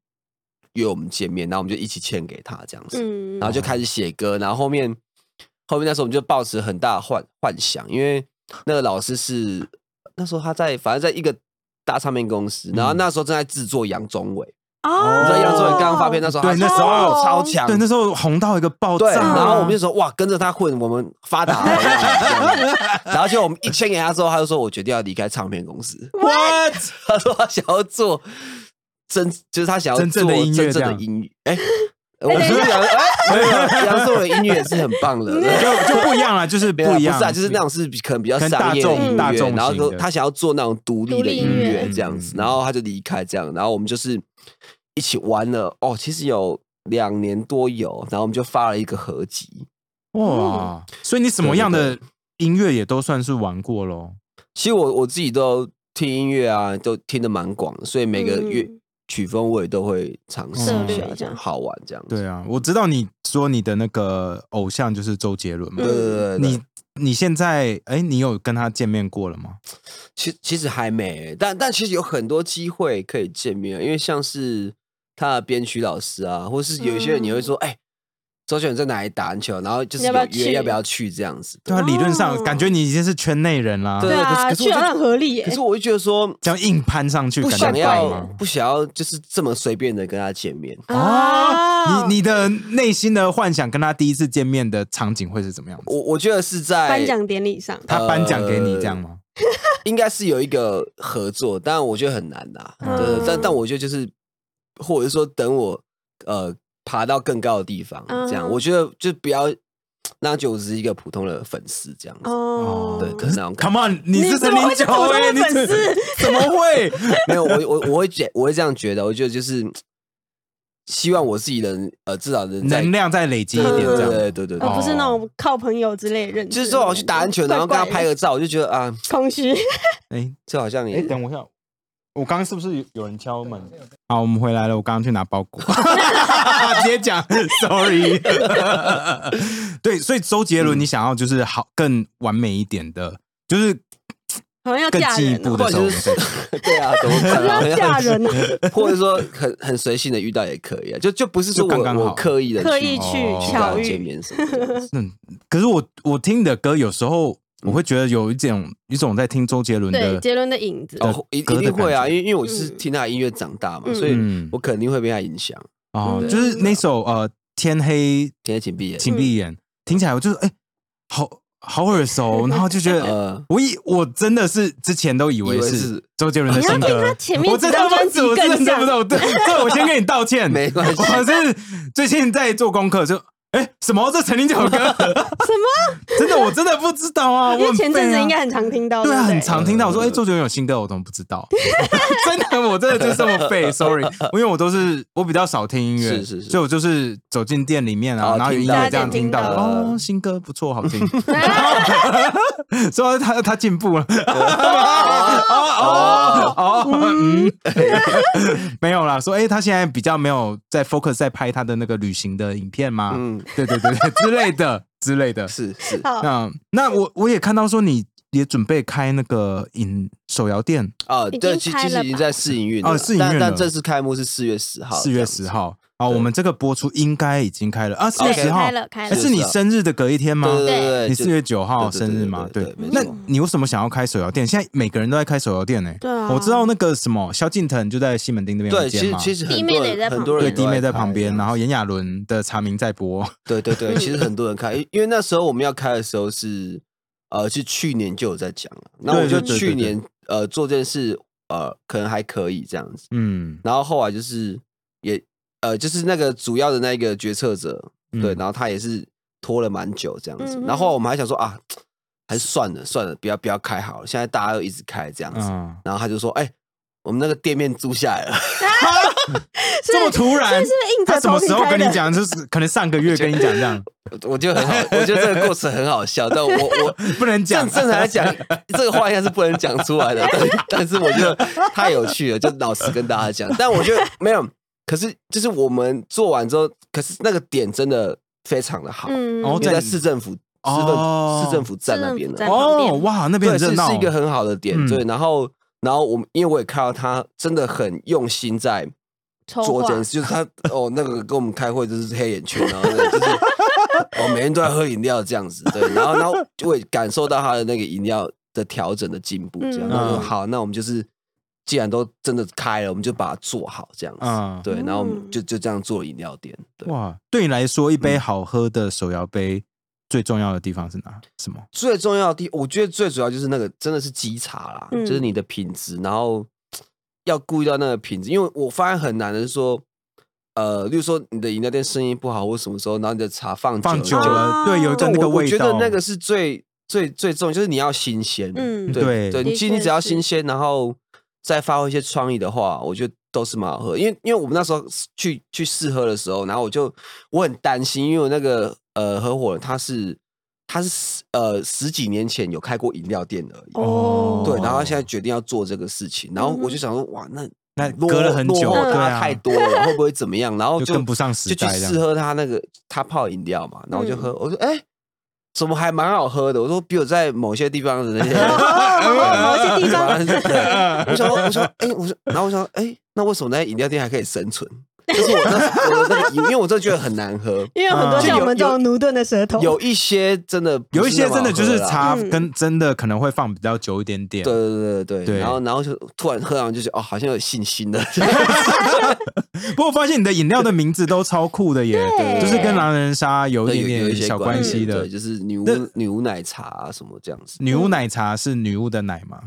S3: 约我们见面，然后我们就一起签给他这样子，
S2: 嗯，
S3: 然后就开始写歌，然后后面后面那时候我们就抱持很大的幻幻想，因为那个老师是那时候他在反正在一个大唱片公司，然后
S1: 嗯
S3: 那时候正在制作杨宗纬，
S2: 哦，
S3: 你知道杨宗纬刚刚发片那时候他
S1: 哦对那
S3: 是
S1: 时候
S3: 超强，
S1: 对，那时候红到一个爆炸
S3: 对，
S1: 啊，
S3: 然后我们就说哇，跟着他混，我们发达 了。这样子然后就我们一签给他之后，他就说我决定要离开唱片公司。
S1: what
S3: 他说他想要做真，就是他想要
S1: 真正
S3: 做
S1: 的音乐
S3: 真
S1: 这
S3: 正
S1: 样
S3: 的音乐。哎，我不是杨，哎，没有杨宗纬音乐也是很 棒的。
S1: 就就不一样了，就是不
S3: 没有啊
S1: 一样，
S3: 不是啊，就是那种是可能比较
S1: 可能
S3: 商业
S1: 大
S3: 的
S1: 众
S3: 音
S1: 大
S3: 乐，
S1: 众型的
S3: 然后说他想要做那种独立
S2: 独
S3: 的
S2: 立
S3: 音
S2: 音
S3: 乐
S2: 乐
S3: 这样子
S1: 嗯，
S3: 然后他就离开这样，然后我们就是一起玩了哦，其实有两年多有，然后我们就发了一个合集，
S1: 哇，所以你什么样的音乐也都算是玩过喽。
S3: 其实我我自己都听音乐啊，都听的蛮广的，所以每个乐、
S2: 嗯
S3: 曲风我也都会尝试
S1: 涉
S3: 一
S1: 猎
S3: 下，
S2: 一
S3: 这
S2: 下
S3: 样好玩这样子。
S1: 对啊，我知道你说你的那个偶像就是周杰伦嘛
S3: 对，对对对
S1: 你你现在哎，你有跟他见面过了吗？
S3: 其其实还没、欸但但其实有很多机会可以见面，啊因为像是他的编曲老师啊，或是有一些人你会说，哎、周杰伦在哪里打篮球，然后就
S2: 嗯
S3: 是
S2: 要
S3: 有
S2: 不要
S3: 约
S2: 去
S3: 要不要去这样子。
S1: 对啊，理论上
S2: 哦
S1: 感觉你已经是圈内人啦，
S3: 对
S2: 对啊，
S3: 可是可
S2: 去
S3: 是我就
S2: 好像很合理耶
S3: 可。是我就觉得说，
S1: 这样硬攀上去
S3: 不
S1: 感觉
S3: 想
S1: 怪
S3: 要
S1: 吗？
S3: 不想要就是这么随便的跟他见面。
S2: 啊
S3: 啊
S1: 哦，你你的内心的幻想跟他第一次见面的场景会是怎么样子？
S3: 我我觉得是在
S2: 颁奖典礼上，
S1: 他颁奖给你这样吗？
S3: 应该是有一个合作，但我觉得很难啦。
S1: 嗯
S3: 对，但但我觉得就是，或者是说等我呃爬到更高的地方，这样
S2: 嗯
S3: 我觉得就不要让他觉得我只是一个普通的粉丝这样子。
S2: 哦，
S3: 对，可是那种感觉
S1: Come on，你是
S2: 怎
S1: 陈
S2: 么
S1: 零
S2: 会是
S1: 九
S2: 普通
S1: 哎，
S2: 的
S1: 你
S2: 粉
S1: 怎
S2: 丝？
S1: 怎么会？
S3: 没有，我我我会觉我会这样觉得，我觉得就是希望我自己能呃至少能在
S1: 能量再累积一
S3: 对
S1: 点，这
S3: 对对
S1: 样。
S3: 对对对
S2: 而
S1: 哦
S2: 不是那种靠朋友之类认识的那种。
S3: 就是说我去打篮球，然后跟他拍
S2: 怪怪的
S3: 个照，我就觉得啊，
S2: 空虚，
S1: 哎
S3: 这好像
S1: 哎，
S3: 也
S1: 等我一下，我刚刚是不是有有人敲门？好，我们回来了，我刚刚去拿包 裹，直接讲，sorry。对，所以周杰伦，你想要就是好更完美一点的，就是
S2: 好像要
S1: 更
S2: 嫁
S1: 进一
S2: 人
S1: 步
S2: 哦，
S3: 不
S1: 的
S3: 然
S1: 时候，我
S3: 就
S1: 们
S3: 是
S1: 再
S3: 对啊，怎么可 能
S2: 要嫁
S3: 好像
S2: 人哦，
S3: 或者说很很随性的遇到也可以啊，就就不是说
S1: 就
S3: 我
S1: 刚刚好
S3: 我刻意的
S2: 刻意去
S1: 哦
S2: 巧
S3: 见
S2: 遇，
S3: 面什么的，
S1: 嗯，可是我我听你的歌，有时候我会觉得有一种一种在听周杰伦
S2: 对
S1: 的，
S2: 杰伦的影子。
S3: 哦，一一
S1: 歌的
S3: 定会啊，
S1: 感
S3: 因为因为我就是
S2: 嗯
S3: 听他的音乐长大嘛，
S2: 嗯
S3: 所以
S1: 嗯
S3: 我肯定会被他影响。
S1: 哦，
S3: 对
S1: 就是那首呃《天黑
S3: 天气闭眼，
S1: 请闭眼》，听起来我就是哎，好好耳 熟，然后就觉得
S3: 呃，
S1: 我以我真的是之前都以为
S3: 以为
S1: 是
S3: 是
S1: 周杰伦的
S2: 你要
S1: 新
S2: 听
S1: 歌，
S2: 他前面
S1: 我这
S2: 几张
S1: 他妈
S2: 专辑
S1: 我真的
S2: 更像
S1: 不懂，对，这我先跟你道歉，
S3: 没关系
S1: 我是最近在做功课，就哎什么这陈林九歌， 什
S2: 么？
S1: 真的我真的不知道啊，
S2: 因
S1: 我
S2: 为
S1: 很
S2: 前阵
S1: 废
S2: 子
S1: 啊
S2: 应该很常听
S3: 哦
S2: 到，
S1: 对啊，
S2: 不
S1: 很常听到我说，哎、
S3: 呃
S1: 周杰伦有新歌，我怎么不知道？ 真的，我真的就是这么 废，sorry，因为我都是我比较少听音乐，
S3: 是是是
S1: 所以我就是走进店里面啊，
S3: 哦
S1: 然后有音
S3: 听到
S1: 乐这样听到，
S2: 大家
S3: 听到
S1: 哦，新歌不错，好 听， 说他他进 步了，哦哦哦，嗯， 没有啦，说哎、他现在比较没有在 focus 在拍他的那个旅行的影片嘛，
S3: 嗯，
S1: 对对对对，之类的之类的，
S3: 是是，
S2: 好，
S1: 那那我我也看到说你也准备开那个饮手摇店，
S3: 啊，
S2: 已
S3: 对，
S2: 经
S3: 其
S2: 开
S3: 其实
S2: 了
S3: 已经
S2: 吧
S3: 在试营运
S1: 哦
S3: 了
S1: 试营
S3: 但
S1: 运
S3: 但
S1: 了
S3: 正式开幕是四月十号，
S1: 四月
S3: 这样子
S1: 十。号啊，我们这个播出应该已经开了啊，四月
S2: 对，
S1: 十号
S2: 开，了开
S1: 哎
S2: 了
S3: 是，
S1: 是你生日的隔一天吗？
S3: 对对对，
S1: 你
S3: 就
S1: 四月九号
S3: 对对
S1: 生
S3: 对
S1: 日
S3: 对
S1: 吗？
S3: 对
S1: 对
S3: 对没，
S1: 那
S3: 错
S1: 你为什么想要开手摇店？现在每个人都在开手摇店呢。
S2: 对啊
S1: 我知道那个什么萧敬腾就在西门町那边有
S3: 对，
S1: 一
S3: 其
S1: 间
S3: 实
S1: 嘛，
S3: 其实
S2: 弟
S3: 很
S2: 妹
S3: 多
S2: 也
S3: 人
S2: 在
S3: 很
S2: 旁边
S3: 多
S1: 对
S3: 人
S1: 弟
S3: 都
S1: 妹在
S3: 开啊
S1: 旁
S3: 这
S1: 边，
S3: 样
S1: 然后炎亚纶的《查明在播》，
S3: 对对对，
S1: 嗯
S3: 其实很多人看，因因为那时候我们要开的时候是，呃，是去年就有在讲了。那我
S1: 对
S3: 就
S1: 对对对
S3: 去
S1: 对
S3: 年呃做这件事，呃，可能还可以这样子。
S1: 嗯，
S3: 然后后来就是也呃，就是那个主要的那个决策者，
S1: 嗯
S3: 对，然后他也是拖了蛮久这样子。
S2: 嗯
S3: 然后后来我们还想说啊，还是算了算了，不要不要开好了，现在大家都一直开这样子。
S1: 嗯，
S3: 然后他就说，哎、我们那个店面租下来了，
S2: 是
S1: 这么突然
S2: 是是不是硬
S1: 他
S2: 着
S1: 什么
S2: 头皮
S1: 时候
S2: 开
S1: 跟你
S2: 的？
S1: 讲？就是可能上个月跟你讲这 样，
S3: 我觉 得很好，我觉得这个过程很好笑，但我我
S1: 不 能讲
S3: 正。正常来讲， 这个话应该是不能讲出来的，但但是我觉得太有趣了，就老实跟大家讲。但我觉得没有，可是就是我们做完之后，可是那个点真的非常的好，
S2: 嗯
S1: 哦
S3: 因为在市政府、市政、
S1: 哦
S3: 市政府站那边
S2: 市政
S3: 的
S2: 府，旁边
S1: 哦，哇，那边
S3: 对，
S1: 很热
S3: 是
S1: 闹
S3: 是一，个很好的点，
S1: 嗯
S3: 对。然后然后我们因为我也看到他真的很用心在。
S2: 筹
S3: 做这
S2: 划
S3: 件事，就是他哦，那个跟我们开会就是黑眼圈，然后那个就是哦，每天都在喝饮料这样子，对，然后然后就会感受到他的那个饮料的调整的进步，这样，
S2: 嗯
S3: 然后说
S1: 嗯
S3: 好，那我们就是既然都真的开了，我们就把它做好这样子，
S1: 嗯，
S3: 对，然后我们
S2: 嗯
S3: 就就这样做饮料店，对，
S1: 哇，对你来说，一杯好喝的手摇杯最重要的地方是哪？什么？
S3: 最重要的地，我觉得最主要就是那个真的是基茶啦，
S2: 嗯
S3: 就是你的品质，然后要顾虑到那个品质，因为我发现很难的是说，呃，例如说你的饮料店生意不好或什么时候，然后你的茶放
S1: 放
S3: 久
S1: 久
S3: 了
S1: 了，对，有一
S3: 就
S1: 阵那个
S3: 我啊我
S1: 味
S3: 觉得
S1: 道，
S3: 那个是最最最重要，就是你要新鲜，
S2: 嗯
S1: 对
S3: 对对，
S2: 的
S3: 你其实你
S2: 确
S3: 只要
S2: 是
S3: 新鲜，然后再发挥一些创意的话，我觉得都是蛮好喝。因为因为我们那时候去去试喝的时候，然后我就我很担心，因为我那个呃合伙人他是他是十呃十几年前有开过饮料店而已。
S1: 哦
S3: 对，然后他现在决定要做这个事情，然后
S2: 嗯
S3: 我就想说，哇，那
S1: 那
S3: 落
S1: 隔了很久，
S3: 落后
S1: 对
S3: 他
S1: 啊，
S3: 太多了，会不会怎么样？然后
S1: 就
S3: 就
S1: 跟不上时
S3: 就去
S1: 代这
S3: 试
S1: 样。
S3: 喝他那个他泡饮料嘛，然后我就
S2: 嗯
S3: 喝，我说哎、怎么还蛮好喝的？我说比我在某些地方的那些
S1: 哦
S2: 某些地方
S3: 对我想说我说哎、我说，然后我想说哎、那为什么在饮料店还可以生存？就是我那时候我的那个饮，因为我真的觉得很 难喝，
S2: 因为有很多
S1: 嗯
S2: 像我们这
S3: 啊就
S2: 种
S3: 有
S2: 奴钝的舌头，
S3: 有一些真的不
S1: 有一些
S3: 那么
S1: 真的就是
S3: 好喝啦
S1: 茶
S2: 嗯
S1: 跟真的可能会放比较久一点点，
S3: 对对对对
S1: 对
S3: 对，然后然后就突然喝上就觉得哦，好像有信心了。
S1: 不过我发现你的饮料的名字都超酷的耶，
S2: 对
S1: 就是跟狼人杀 有
S3: 对
S1: 一
S3: 有
S1: 点
S3: 有一
S1: 点
S3: 些
S1: 小关系的
S3: 对，。就是女巫
S1: 那
S3: 女巫奶茶啊什么这样子，
S1: 女巫奶茶是女巫的奶 吗？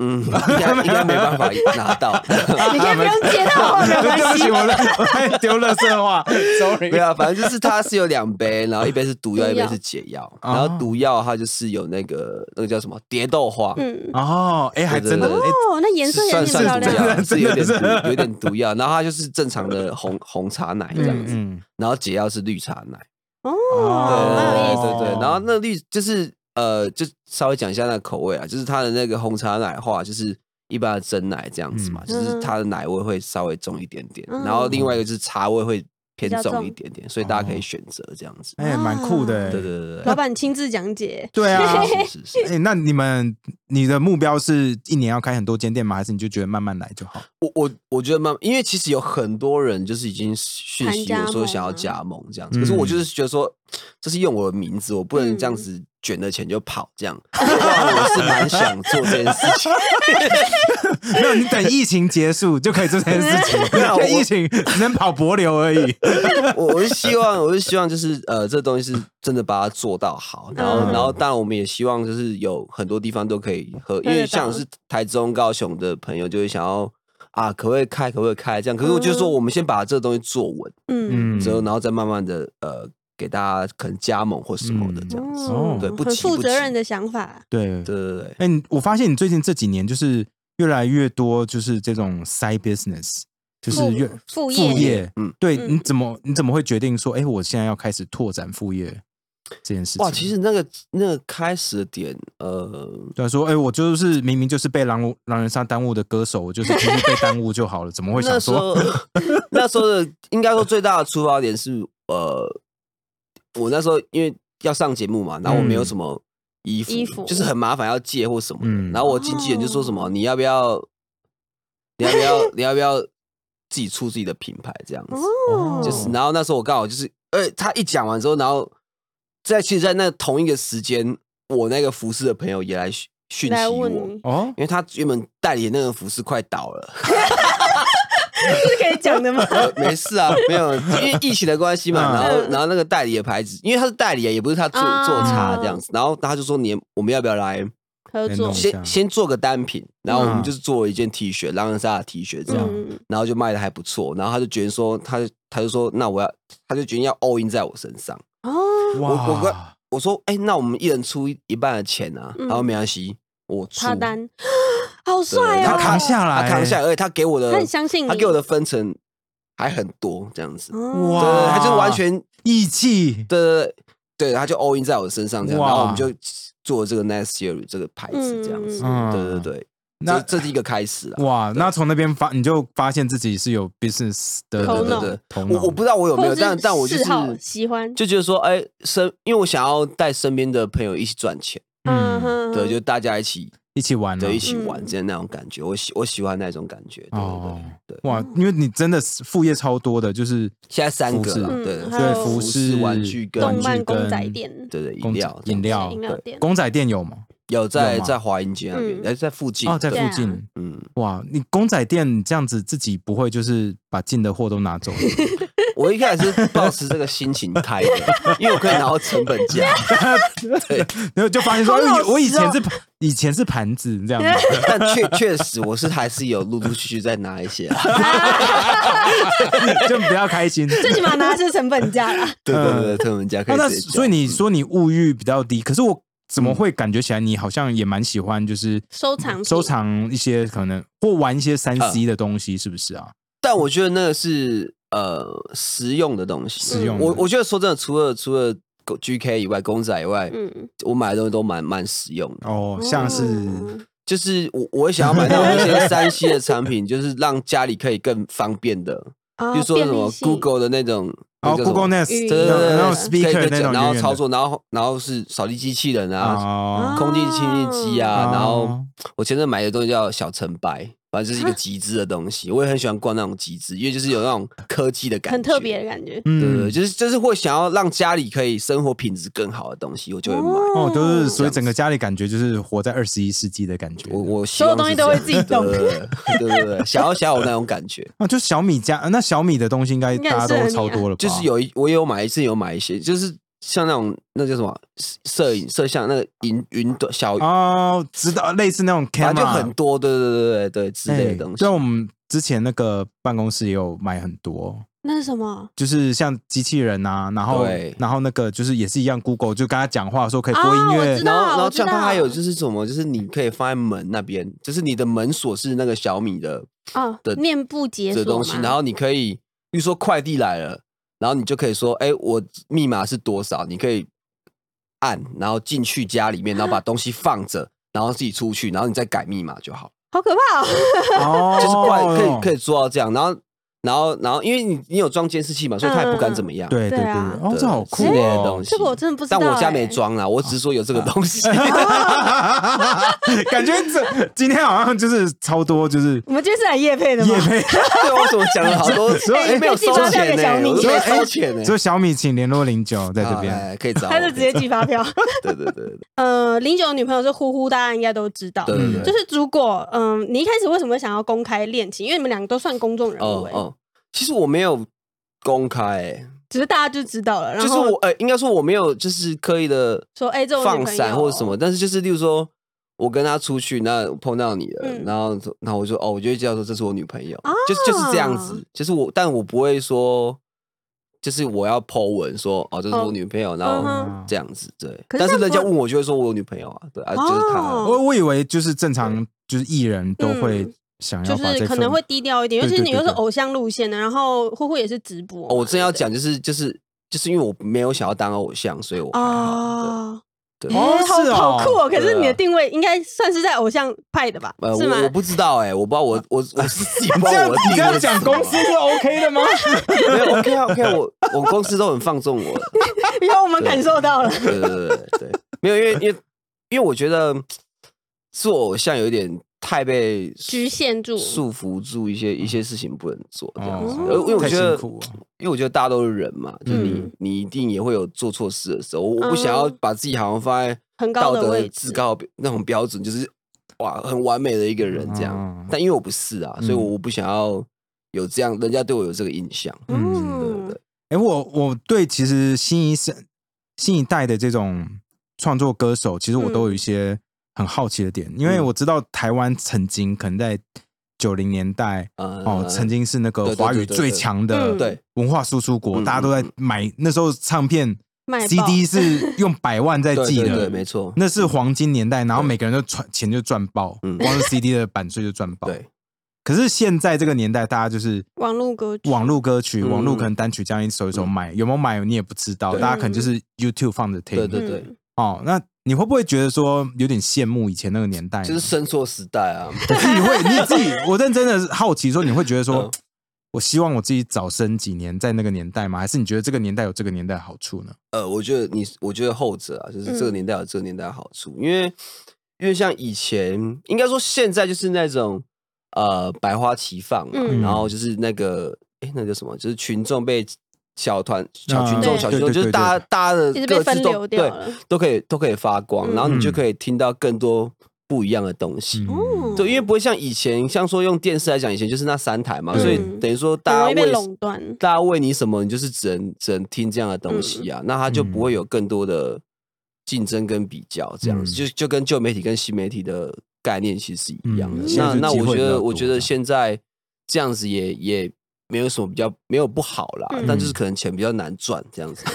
S3: 嗯，应该应该没办法拿 到。
S2: 你可以不
S3: 啊
S2: 用接他话，没
S1: 对
S2: 关
S1: 不
S2: 系
S1: 起，。我乱我乱丢垃圾 话，sorry
S3: 没有啊，反正就是它是有两杯，然后一杯是毒药，
S2: 毒药
S3: 一杯是解药。
S1: 哦
S3: 然后毒药它就是有那个那个叫什么蝶豆花，
S2: 嗯，
S1: 哦，哎，还真的，
S3: 对对对
S1: 哎，
S2: 哦，那颜色
S3: 是
S2: 有点
S3: 算算
S2: 漂
S3: 是毒
S2: 亮，
S3: 药，是有 点
S1: 真的是
S3: 毒有点毒药。然后它就是正常的红红茶奶这样
S1: 嗯
S3: 子，
S1: 嗯，
S3: 然后解药是绿茶奶。对
S1: 哦
S2: 蛮有意思
S3: 对
S2: 的
S3: 对对，然后那绿就是呃，就稍微讲一下那个口味啊，就是它的那个红茶奶的话，就是一般的真奶这样子嘛，
S1: 嗯
S3: 就是它的奶味会稍微重一点点，
S2: 嗯
S3: 然后另外一个就是茶味会
S2: 比
S3: 偏
S2: 较
S3: 重
S2: 重
S3: 一点点，所以大家可以选择这样子。
S1: 哎，蛮酷的，哎
S3: 哦对对对对
S2: 老板亲自讲解，
S1: 对啊。
S3: 对，是是是。
S1: 哎，那你们你的目标是一年要开很多间店吗？还是你就觉得慢慢来就好？
S3: 我我我觉得蛮，因为其实有很多人就是已经讯
S2: 谈
S3: 息
S2: 加
S3: 我说
S2: 盟
S3: 想要
S2: 啊
S3: 加盟这样
S1: 嗯
S3: 子，可是我就是觉得说，这是用我的名字，我不能这样
S2: 嗯
S3: 子卷了钱就跑这样。 不然我是蛮想做这件事情，
S1: 没有，你等疫情结束就可以做这件事情。
S3: 没有我
S1: 现在疫情只能跑柏流而已。
S3: 我我是希望，我是希望就是呃，这东西是真的把它做到好，然后、
S2: 嗯
S3: 然后当然我们也希望就是有很多地方都可以喝，因
S2: 喝
S3: 为
S2: 得
S3: 像
S2: 到
S3: 是台中、高雄的朋友就会想要啊，可不可以开，可不可以开这样，可是我就说
S2: 嗯
S3: 我们先把这东西做稳。
S2: 嗯，
S1: 嗯，
S3: 之后，然后再慢慢的呃给大家可能加盟或什么
S2: 嗯
S3: 的这样子。
S1: 哦
S3: 对不
S2: 很
S3: 急
S2: 负
S3: 不
S2: 责
S3: 急
S2: 任的想法，
S1: 对。
S3: 对对对，
S1: 哎、你我发现你最近这几年就是越来越多，就是这种 side business，就是越
S2: 副副
S1: 副
S2: 业
S1: 业。
S3: 嗯
S1: 对，
S2: 嗯
S1: 你怎么你怎么会决定说，哎、我现在要开始拓展副业这件事情？
S3: 哇，其实那个那个开始的点，呃，
S1: 对啊说，哎、我就是明明就是被狼狼人杀耽误的歌手，我就是其实被耽误就好了， 怎么会
S3: 那
S1: 想
S3: 时
S1: 说？
S3: 候 那时候的应该说最大的出发点是呃，我那时候因为要上节目嘛，然后我没有
S1: 嗯
S3: 什么。衣服，
S2: 衣服哦
S3: 就是很麻烦要借或什么的。
S1: 嗯
S3: 然后我经纪人就说什么，你要不要，你要不要，你要不要自己出自己的品牌这样子？
S2: 哦，
S3: 就是，然后那时候我刚好就是，呃，他一讲完之后，然后在其实，在那同一个时间，我那个服饰的朋友也来讯讯息
S2: 来
S3: 我，
S2: 问
S3: 因
S2: 你，
S1: 哦，
S3: 为他原本代理的那个服饰快倒了。
S2: 这是可以讲的 吗？
S3: 呃没事 啊，没有，因为疫情的关系
S1: 嗯
S3: 嘛，然后然后那个代理的牌子，因为他是代理啊，也不是他做
S2: 啊
S3: 做茶这样子，然后他就说你我们要不要来
S2: 合作
S1: 嗯，
S3: 先先做个单品，然后我
S1: 嗯
S3: 们就是做了一件 T 恤，狼人杀的 T 恤这样，
S2: 嗯，
S3: 然后就卖的还不错，然后他就决定说，他就他就说那我要，他就决定要 all in 在我身上，
S2: 哦，
S1: 哇，
S3: 我跟我说哎、那我们一人出一半的钱啊，
S2: 嗯
S3: 然后没关系，我出
S2: 他，单， 好帅
S3: 对
S2: 哦，
S1: 他扛下来，
S3: 他扛下来，而且他给我的
S2: 他很相信你，
S3: 他给我的分成还很多这样子，
S2: 哦
S1: 哇
S3: 对对对，他就完全。
S1: 义气，
S3: 对对对对，他就 all in 在我身上这样，
S1: 哇
S3: 然后我们就做这个 Next Year 这个牌子这样子，
S1: 嗯
S3: 对对对，
S1: 那
S3: 那这是一个开始啦。
S1: 哇，那从那边发你就发现自己是有 business 的
S2: 头
S1: 的
S2: 脑
S1: 的头
S3: 我我不知道我有没有，
S2: 或者
S3: 但但我就
S2: 嗜好
S3: 是
S2: 喜欢，
S3: 就觉得说，哎，身因为我想要带身边的朋友一起赚钱，
S1: 嗯，
S2: 嗯哼，
S3: 对，就大家一起
S1: 一起玩啊了
S3: 对一起玩
S2: 嗯
S3: 这样那种感觉，我喜我喜欢那种感觉，对
S1: 哦
S3: 对对对。
S1: 哇，因为你真的是副业超多的，就是
S3: 现在三个
S1: 服饰
S3: 了，
S2: 嗯
S3: 对
S2: 还
S1: 对
S2: 有
S1: 服饰、
S3: 玩具跟
S2: 动漫
S1: 跟
S2: 公仔店
S3: 对 对饮
S1: 公仔
S3: 料
S1: 饮料
S2: 饮料店，
S1: 公仔店有吗？
S3: 有在
S1: 有吗
S3: 在华阴街那边，
S2: 嗯
S3: 哎，在附近
S1: 哦，在
S3: 对
S1: 附
S2: 对啊
S1: 近。
S3: 嗯，
S1: 哇，你公仔店这样子自己不会就是把进的货都拿走吗？
S3: 我一开始是抱持这个心情开的，因为我可以拿到成本价。对，
S1: 然后就发现说，
S2: 好
S1: 哎
S2: 老
S1: 我以
S2: 实哦
S1: 前是盘以前是盘子这样子，
S3: 但确确实我是还是有陆陆续续在拿一些、啊。
S1: 就比较开 心。
S2: 最起码拿的是成本价啦。
S3: 对对对，他们家
S1: 那
S3: 可以
S1: 那
S3: 直接讲嗯
S1: 所以你说你物欲比较低，可是我怎么会感觉起来你好像也蛮喜欢就是
S2: 收藏品
S1: 收藏一些可能或玩一些三 C 的东西，是不是啊？
S3: 但我觉得那个是呃实用的东西。
S1: 实用的
S3: 我我觉得说真的，除了除了 GK 以外，公仔以外，
S2: 嗯，
S3: 我买的东西都蛮蛮实用的。
S1: 哦，像是
S2: 嗯
S3: 就是我我也想要买到一些三 C 的产品，就是让家里可以更方便的，
S2: 啊
S3: 比如说什
S2: 便利
S3: 么
S2: 性
S3: Google 的那种。
S1: 哦
S3: 那个叫什么
S1: ，Google
S2: 语
S1: Nest，
S2: 音
S3: 对对
S1: 那种
S3: 对对，
S1: 那种
S3: 对可以
S1: speaker 那
S3: 讲
S1: 种
S3: 然
S1: 远
S3: 后
S1: 远的
S3: 操作，然后然后是扫地机器人啊，
S1: 哦，
S3: 空气清净机啊，
S1: 哦
S3: 然后我前阵买的东西叫小城白，反正就是一个集资的东西。我也很喜欢逛那种集资，因为就是有那种科技的感觉，
S2: 很特别的。感觉，
S3: 对对，对
S1: 嗯，
S3: 就是就是会想要让家里可以生活品质更好的东西，我就会买。
S2: 嗯
S1: 哦，都是所以
S3: 这样子
S1: 整个家里感觉就是活在二十一世纪的感觉。
S3: 我我希
S2: 所有
S3: 望
S2: 东西都会
S3: 是这样
S2: 自己动
S3: 对对对 对对对，想要想要有那种感觉。
S1: 啊，就小米家，呃那小米的东西应该
S2: 应该
S1: 大家
S2: 很
S1: 都
S2: 适合
S1: 超
S2: 你啊
S1: 多了吧？
S3: 就是有一我有买一次有买一些，就是像那种那叫什么摄影摄像那个云云端小，
S1: 哦，知道类似那种 camera
S3: 反正就很多，对对对对对之类的东西
S1: 哎对，。我们之前那个办公室也有买很多，
S2: 那是什么？
S1: 就是像机器人啊，然后
S3: 对
S1: 然后那个就是也是一样，Google 就跟他讲话说可以播
S2: 啊
S1: 音
S2: 我
S1: 乐
S2: 知道
S3: 然后，然后
S2: 我知道
S3: 像它还有就是什么，就是你可以放在门那边，就是你的门锁是那个小米的
S2: 哦
S3: 的，
S2: 面部解
S3: 这
S2: 锁
S3: 东西，
S2: 嘛
S3: 然后你可以，比如说快递来了，然后你就可以说，哎，我密码是多少？你可以按，然后进去家里面，然后把东西放着，然后自己出去，然后你再改密码就好，
S2: 好可怕哦！
S1: 哦，
S3: 就是快可以可以做到这样，然后。然后，然后，因为你你有装监视器嘛，所以他
S2: 嗯
S3: 也不敢怎么样。
S1: 对对
S2: 对
S1: 对，
S2: 啊
S1: 哦，这好酷
S3: 之类的
S1: 哦
S3: 东！西
S2: 这个我真的不知道
S3: 但
S2: 欸，哦
S3: 我家没装啦，我只是说有这个东西。
S1: 感觉这今天好像就是超多，就是
S2: 我们今天是来夜配的吗
S1: 夜？ 配，
S3: 对，我怎么讲了好 多？说
S2: 哎
S3: 哎，没有
S2: 自己
S3: 收
S2: 发票
S3: 钱
S2: 给小
S3: 呢，
S2: 米
S3: 我都没收钱呢。
S1: 所以小米请联络零九哎在这
S3: 啊
S1: 边。
S3: 哎可以找我，
S2: 他就直接寄发票。
S3: 对对对对
S2: 呃，零九女朋友是呼呼，大家应该都知道。
S3: 对对对，
S2: 就是如果嗯，你一开始为什么会想要公开恋情？因为你们两个都算公众人物、
S3: 哦
S2: 欸，
S3: 哦，其实我没有公开欸，
S2: 只是大家就知道了。然
S3: 就是
S2: 后
S3: 我呃，应该说我没有就是刻意的
S2: 说哎这我女
S3: 放
S2: 朋
S3: 闪
S2: 友
S3: 或者什么，但是就是例如说。我跟他出去，那我碰到你了，
S2: 嗯
S3: 然后然后我就哦，我就会介绍说这是我女朋友，
S2: 啊
S3: 就就是这样子，就是我，但我不会说，就是我要 po 文说哦，这是
S2: 哦
S3: 我女朋友，然
S2: 嗯
S3: 后
S1: 哼
S3: 这样子，对。
S2: 可是
S3: 但是
S2: 这样
S3: 人家
S2: 不
S3: 问我就会说我有女朋友啊，对啊，就是他
S2: 哦，
S1: 我我以为就是正常，就是艺人都会想要
S2: 嗯就
S1: 把这
S2: 是
S1: 份
S2: 可能会低调一点，尤其
S1: 对
S2: 是
S1: 对
S2: 你又是
S1: 对对
S2: 偶像路线的，然后呼呼也是直播嘛。
S3: 哦，我正要
S2: 对
S3: 讲就是就是就是因为我没有想要当偶像，所以我
S2: 不对
S3: 还好。
S2: 哦。
S3: 对
S2: 哎
S3: 对
S1: 哦
S2: 好
S1: 是哦
S2: 好酷哦！可是
S3: 对啊
S2: 你的定位应该算是在偶像派的吧？
S3: 呃，
S2: 是吗
S3: 我我？不知道哎、我不知道我我我是 自己不
S1: 这
S3: 知道
S1: 样
S3: 我的
S1: 你
S3: 定
S1: 这样
S3: 位是
S1: 讲
S3: 什么
S1: 公 司是 OK 的吗？
S3: 没有 OK 啊 OK，啊我我公司都很放纵我，
S2: 因为我们感受到了，
S3: 对对对对，对没有因为因为因为我觉得做偶像有点太被
S2: 局限住
S3: 束缚住一些一些事情不能做这样子。
S2: 哦
S3: 呃因为我
S1: 太
S3: 觉
S1: 辛
S3: 得，
S1: 苦了
S3: 因为我觉得大家都是人嘛，就你
S1: 嗯
S3: 你一定也会有做错事的时候。我我不想要
S2: 嗯
S3: 把自己好像放在
S2: 很高
S3: 道
S2: 的
S3: 德
S2: 位
S3: 至
S2: 置
S3: 高的那种标准，就是哇很完美的一个人这样
S1: 嗯。
S3: 但因为我不是啊，所以我不想要有这样，人家对我有这个印象。
S1: 嗯
S3: 对对
S2: 嗯
S3: 对，
S1: 哎、我我对其实新一生新一代的这种创作歌手，其实我
S2: 嗯
S1: 都有一些很好奇的点，因为
S3: 嗯
S1: 我知道台湾曾经可能在九零年代。
S3: 嗯
S1: 哦，曾经是那个
S3: 对对
S1: 华语
S3: 对对
S1: 最
S3: 对
S1: 强的
S2: 嗯
S3: 对
S1: 文化输出国，
S3: 嗯
S1: 大家都在买。那时候唱片
S2: 嗯卖爆
S1: CD 是用百万 在
S3: 对
S1: 寄
S3: 对
S1: 的，
S3: 对，没错，
S1: 那是黄金年代，然后
S3: 对
S1: 每个人都赚钱就赚爆，
S3: 嗯
S1: 光是 CD 的版税就赚爆。
S3: 对，
S1: 可是现在这个年代，大家就是
S2: 网络歌曲
S1: 网络歌曲，
S3: 嗯
S1: 网络可能单曲这样一首一首买，有没有买你也不知道，
S3: 对嗯
S1: 大家可能就是 YouTube 放着听。
S3: 对对对。
S2: 嗯
S1: 哦，那你会不会觉得说有点羡慕以前那个年代呢？
S3: 就是生错时代 啊，
S1: 你
S2: 嗯
S1: 自己会，你自己，我认真的好奇说，你会觉得说
S3: 嗯，
S1: 我希望我自己早生几年在那个年代吗？还是你觉得这个年代有这个年代的好处呢？
S3: 呃，我觉得你，我觉得后者啊，就是这
S2: 嗯
S3: 个年代有这个年代的好处，因为因为像以前，应该说现在就是那种呃百花齐放嘛，
S2: 嗯
S3: 然后就是那个哎、诶那叫什么，就是群众被小团小群众、
S2: 啊
S3: 小
S1: 对
S3: 群众，
S1: 对
S3: 就是
S1: 对
S3: 大家大家 的
S2: 一直
S3: 各
S2: 被
S3: 自
S2: 分
S3: 都
S2: 流掉
S3: 对
S2: 了。
S3: 都可以都可以发光，
S2: 嗯
S3: 然后你
S1: 嗯
S3: 就可以听到更多不一样的东西。
S2: 哦
S3: 对，因为不会像以前，像说用电视来讲，以前就是那三台嘛，
S1: 嗯
S3: 所以等于说
S2: 很
S3: 大
S2: 容易
S3: 家
S2: 被
S3: 为
S2: 垄断。
S3: 大家为你什么，你就是只能只能听这样的东西
S2: 嗯
S3: 啊，那他就不会有更多的竞争跟比较，这样
S1: 嗯
S3: 子、
S1: 嗯
S3: 就就跟旧媒体跟新媒体的概念其实是一样的。
S1: 嗯
S3: 那
S1: 现在
S3: 那
S1: 就机
S3: 我
S1: 会比
S3: 觉
S1: 较
S3: 得，
S1: 多
S3: 我觉
S1: 这
S3: 得
S1: 样
S3: 现在这样子也也没有什么比较没有不好啦，
S2: 嗯
S3: 但就是可能钱比较难赚这样子。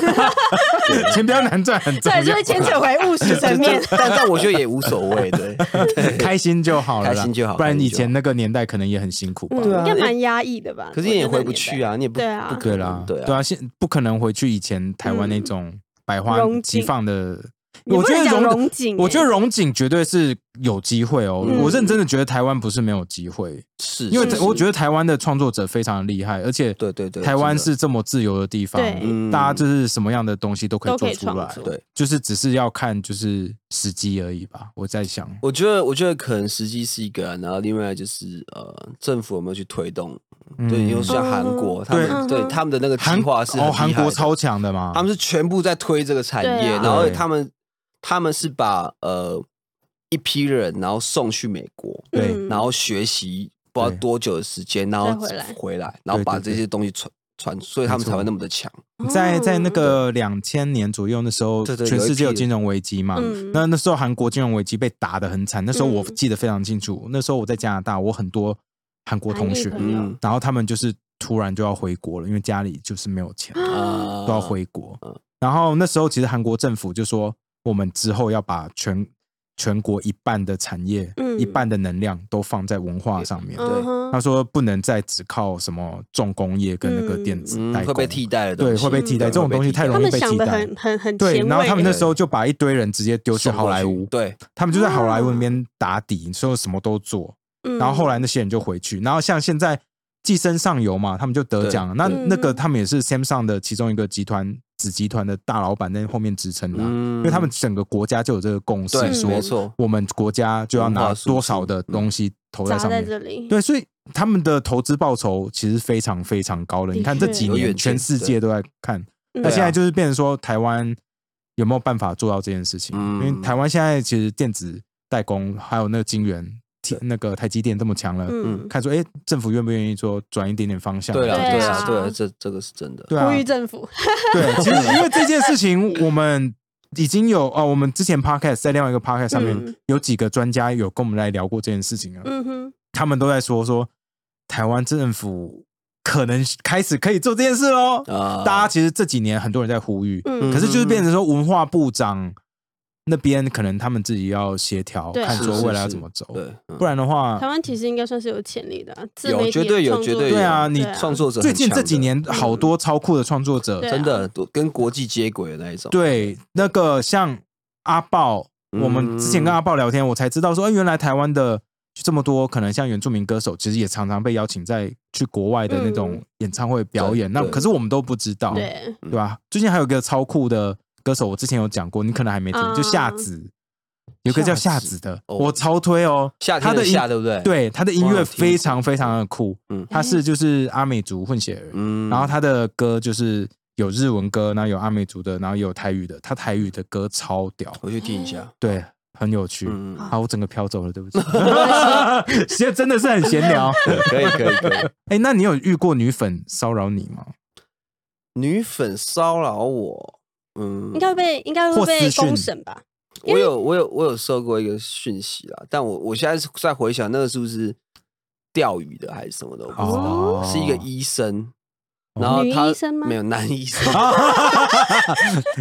S1: 钱比较难赚，很重
S2: 这也是
S1: 要
S2: 会，牵扯回务实层面
S3: 但。但但我觉得也无所谓，对
S1: 开心就好了啦，
S3: 开心就好
S1: 不然
S3: 开心
S1: 以
S3: 就
S1: 前那个年代可能也很辛苦吧。
S2: 嗯
S3: 对啊
S2: 应该蛮压抑的吧？
S3: 可是你也
S2: 我觉得
S3: 回不去啊，你也不
S2: 对啊
S3: 不可
S1: 对
S3: 能
S1: 啦，
S3: 对
S1: 对
S3: 啊，嗯
S1: 啊，现不可能回去以前台湾那种百花
S2: 荣
S1: 齐
S2: 景
S1: 放的。
S2: 那
S1: 我
S2: 个
S1: 觉
S2: 年代。
S1: 得
S2: 也不能讲
S1: 荣，
S2: 荣景欸，
S1: 我觉得荣景绝对是有机会哦。
S3: 嗯
S1: 我认真的觉得台湾不是没有机会，
S3: 是，
S1: 因为
S3: 是
S1: 我觉得
S3: 是
S1: 台湾的创作者非常厉害，而且
S3: 对对对，
S1: 台湾
S3: 真的
S1: 是这么自由的地方，
S2: 对
S3: 嗯
S1: 大家就是什么样的东西都可以
S2: 都可
S1: 做
S2: 以
S1: 出
S2: 创
S1: 来
S2: 作，
S3: 对。
S1: 就是只是要看就是时机而已吧。我在想，
S3: 我觉得，我觉得可能时机是一个啊，然后另外就是呃，政府有没有去推动？对，因为像韩
S2: 哦
S3: 国，他们
S2: 对
S3: 对他们的那个
S1: 嗯韩
S3: 计划是很
S1: 哦，
S3: 厉害
S1: 韩
S3: 的
S1: 国超，强的嘛，
S3: 他们是全部在推这个产
S2: 对
S3: 业，
S2: 啊
S3: 然后
S1: 对
S3: 他们他们是把呃一批人，然后送去美国，
S1: 对
S2: 嗯
S3: 然后学习不知道
S1: 对
S3: 多久的时间，然后
S2: 再回来
S3: 回来，然后
S1: 对
S3: 把
S1: 对
S3: 这
S1: 对
S3: 些东西传传，所以他们才会那么的强。
S1: 在在那
S2: 哦
S1: 个两千年左右那时候，
S3: 对对
S1: 全
S3: 有一
S1: 世界有
S3: 批
S1: 金融危机嘛。
S2: 嗯
S1: 那那时候韩国金融危机被打得很惨，那时候我
S2: 嗯
S1: 记得非常清楚。那时候我在加拿大，我很多韩国同学，
S2: 韩裔朋友
S3: 嗯
S1: 然后他们就是突然就要回国了，因为家里就是没有钱，
S3: 啊，
S1: 都要回国
S3: 嗯。
S1: 然后那时候其实韩国政府就说，我们之后要把全全国一半的产业、
S2: 嗯
S1: 一半的能量都放在文化上面。
S3: 对
S2: 嗯哼
S1: 他说不能再只靠什么重工业跟那个电子
S3: 嗯
S1: 代工，
S3: 会被替代的东
S1: 对
S3: 西，
S1: 会被替代
S3: 对
S1: 这种
S3: 会被
S1: 东西
S3: 替
S1: 太
S3: 代
S1: 容
S2: 他
S1: 易
S2: 们
S1: 被
S2: 想
S1: 替
S2: 的
S1: 代
S2: 很很很
S1: 对，
S2: 前
S1: 然后他们那
S2: 卫。
S1: 时候就把一堆人直接丢去
S3: 送过
S1: 好莱
S3: 去
S1: 坞，
S3: 对，
S1: 他们就在好莱
S2: 啊
S1: 坞那边打底，所有什么都做。
S2: 嗯
S1: 然后后来那些人就回去，然后像现在《寄生上游》嘛，他们就得奖了。那
S3: 对
S2: 对
S1: 那个他们也是 Samsung 的其中一个集团子集团的大老板在后面支撑的啊、
S3: 嗯
S1: 因为他们整个国家就有这个共
S3: 对
S1: 识，
S3: 没
S1: 说
S3: 错，
S1: 我们国家就要
S3: 文化
S1: 拿
S3: 输出嗯
S1: 多少的东西投
S2: 砸
S1: 在上
S2: 在
S1: 面。
S2: 这里，
S1: 对，啊所以他们的投资报酬其实非常非常高的。
S2: 的
S1: 你看
S2: 确
S1: 这几
S3: 有远
S1: 年，
S3: 见
S1: 全世界都在看。
S2: 嗯，
S1: 那
S3: 对啊
S1: 现在就是变成说，台湾有没有办法做到这件事情？
S3: 嗯
S1: 因为台湾现在其实电子代工还有那个晶圆、提那个台积电这么强了，
S2: 嗯，
S1: 看说哎、诶政府愿不愿意说转一点点方向？
S3: 对
S2: 啊
S3: 啦，
S2: 对
S3: 对
S2: 啊
S3: 啦，对啦，这这个是真的。
S1: 对啊
S2: 呼，吁政府，
S1: 对，其实因为这件事情，我们已经有哦，我们之前 podcast 在另外一个 podcast 上面、
S2: 嗯
S1: 有几个专家有跟我们来聊过这件事情啊，
S2: 嗯哼，
S1: 他们都在说说台湾政府可能开始可以做这件事喽。
S3: 啊
S1: 大家其实这几年很多人在呼吁，
S2: 嗯，
S1: 可是就是变成说文化部长那边可能他们自己要协调，
S2: 对啊
S1: 看
S2: 是
S1: 说
S3: 是
S1: 未来要
S3: 是
S1: 怎么走，
S3: 对，嗯
S1: 不然的话
S2: 台，湾其实应该算是有潜力的啊，自
S3: 有
S2: 媒体
S3: 绝对
S2: 的
S3: 有
S2: 创
S3: 绝
S2: 作
S3: 对
S2: 者
S3: 有
S1: 对啊你
S2: 啊
S3: 创作者
S1: 最
S3: 很
S1: 近
S3: 强
S1: 这
S3: 的嗯
S1: 几年好多超酷的创作者
S2: 对，啊
S3: 真的都跟国际接轨的那一种，
S1: 对那个像阿豹，
S3: 嗯
S1: 我们之前跟阿豹聊天，我才知道说，哎，原来台湾的就这么多，可能像原住民歌手，其实也常常被邀请在去国外的那种
S2: 嗯
S1: 演唱会表演，
S3: 对
S1: 那
S3: 对
S1: 可是我们都不知道，
S2: 对，
S3: 嗯
S1: 对吧？最近还有一个超酷的歌手，我之前有讲过，你可能还没听，
S2: 啊
S1: 就夏子。有个叫
S3: 嗯夏
S1: 夏
S3: 子
S1: 子的，
S3: 哦
S1: 我超推哦。
S3: 夏
S1: 他
S3: 天
S1: 的
S3: 的
S1: 音
S3: 夏，对不对？，
S1: 对他的音
S3: 我有
S1: 乐
S3: 听
S1: 非
S3: 过
S1: 常非常的酷，
S3: 嗯
S1: 他是就是阿美族混血儿，
S3: 嗯
S1: 然后他的歌就是有日文歌，然后有阿美族的，然后也有台语的，他台语的歌超屌，
S3: 我去听一下，
S1: 对，很有趣。
S3: 嗯，嗯
S1: 好，我整个飘走了，对不 起。 其实真的是很闲聊。
S3: 可以可以可以。
S1: 哎，那你有遇过女粉骚扰你吗？
S3: 女粉骚扰我，嗯，
S2: 应该会被应该会
S1: 或
S2: 被
S1: 私讯
S2: 公审吧？
S3: 我有我有我有收过一个讯息啦，但我我现在是在回想那个是不是钓鱼的还是什么的，我不知道，
S1: 哦
S3: 是一个医生，然后
S2: 女
S3: 他
S2: 医生吗
S3: 没有男医 生，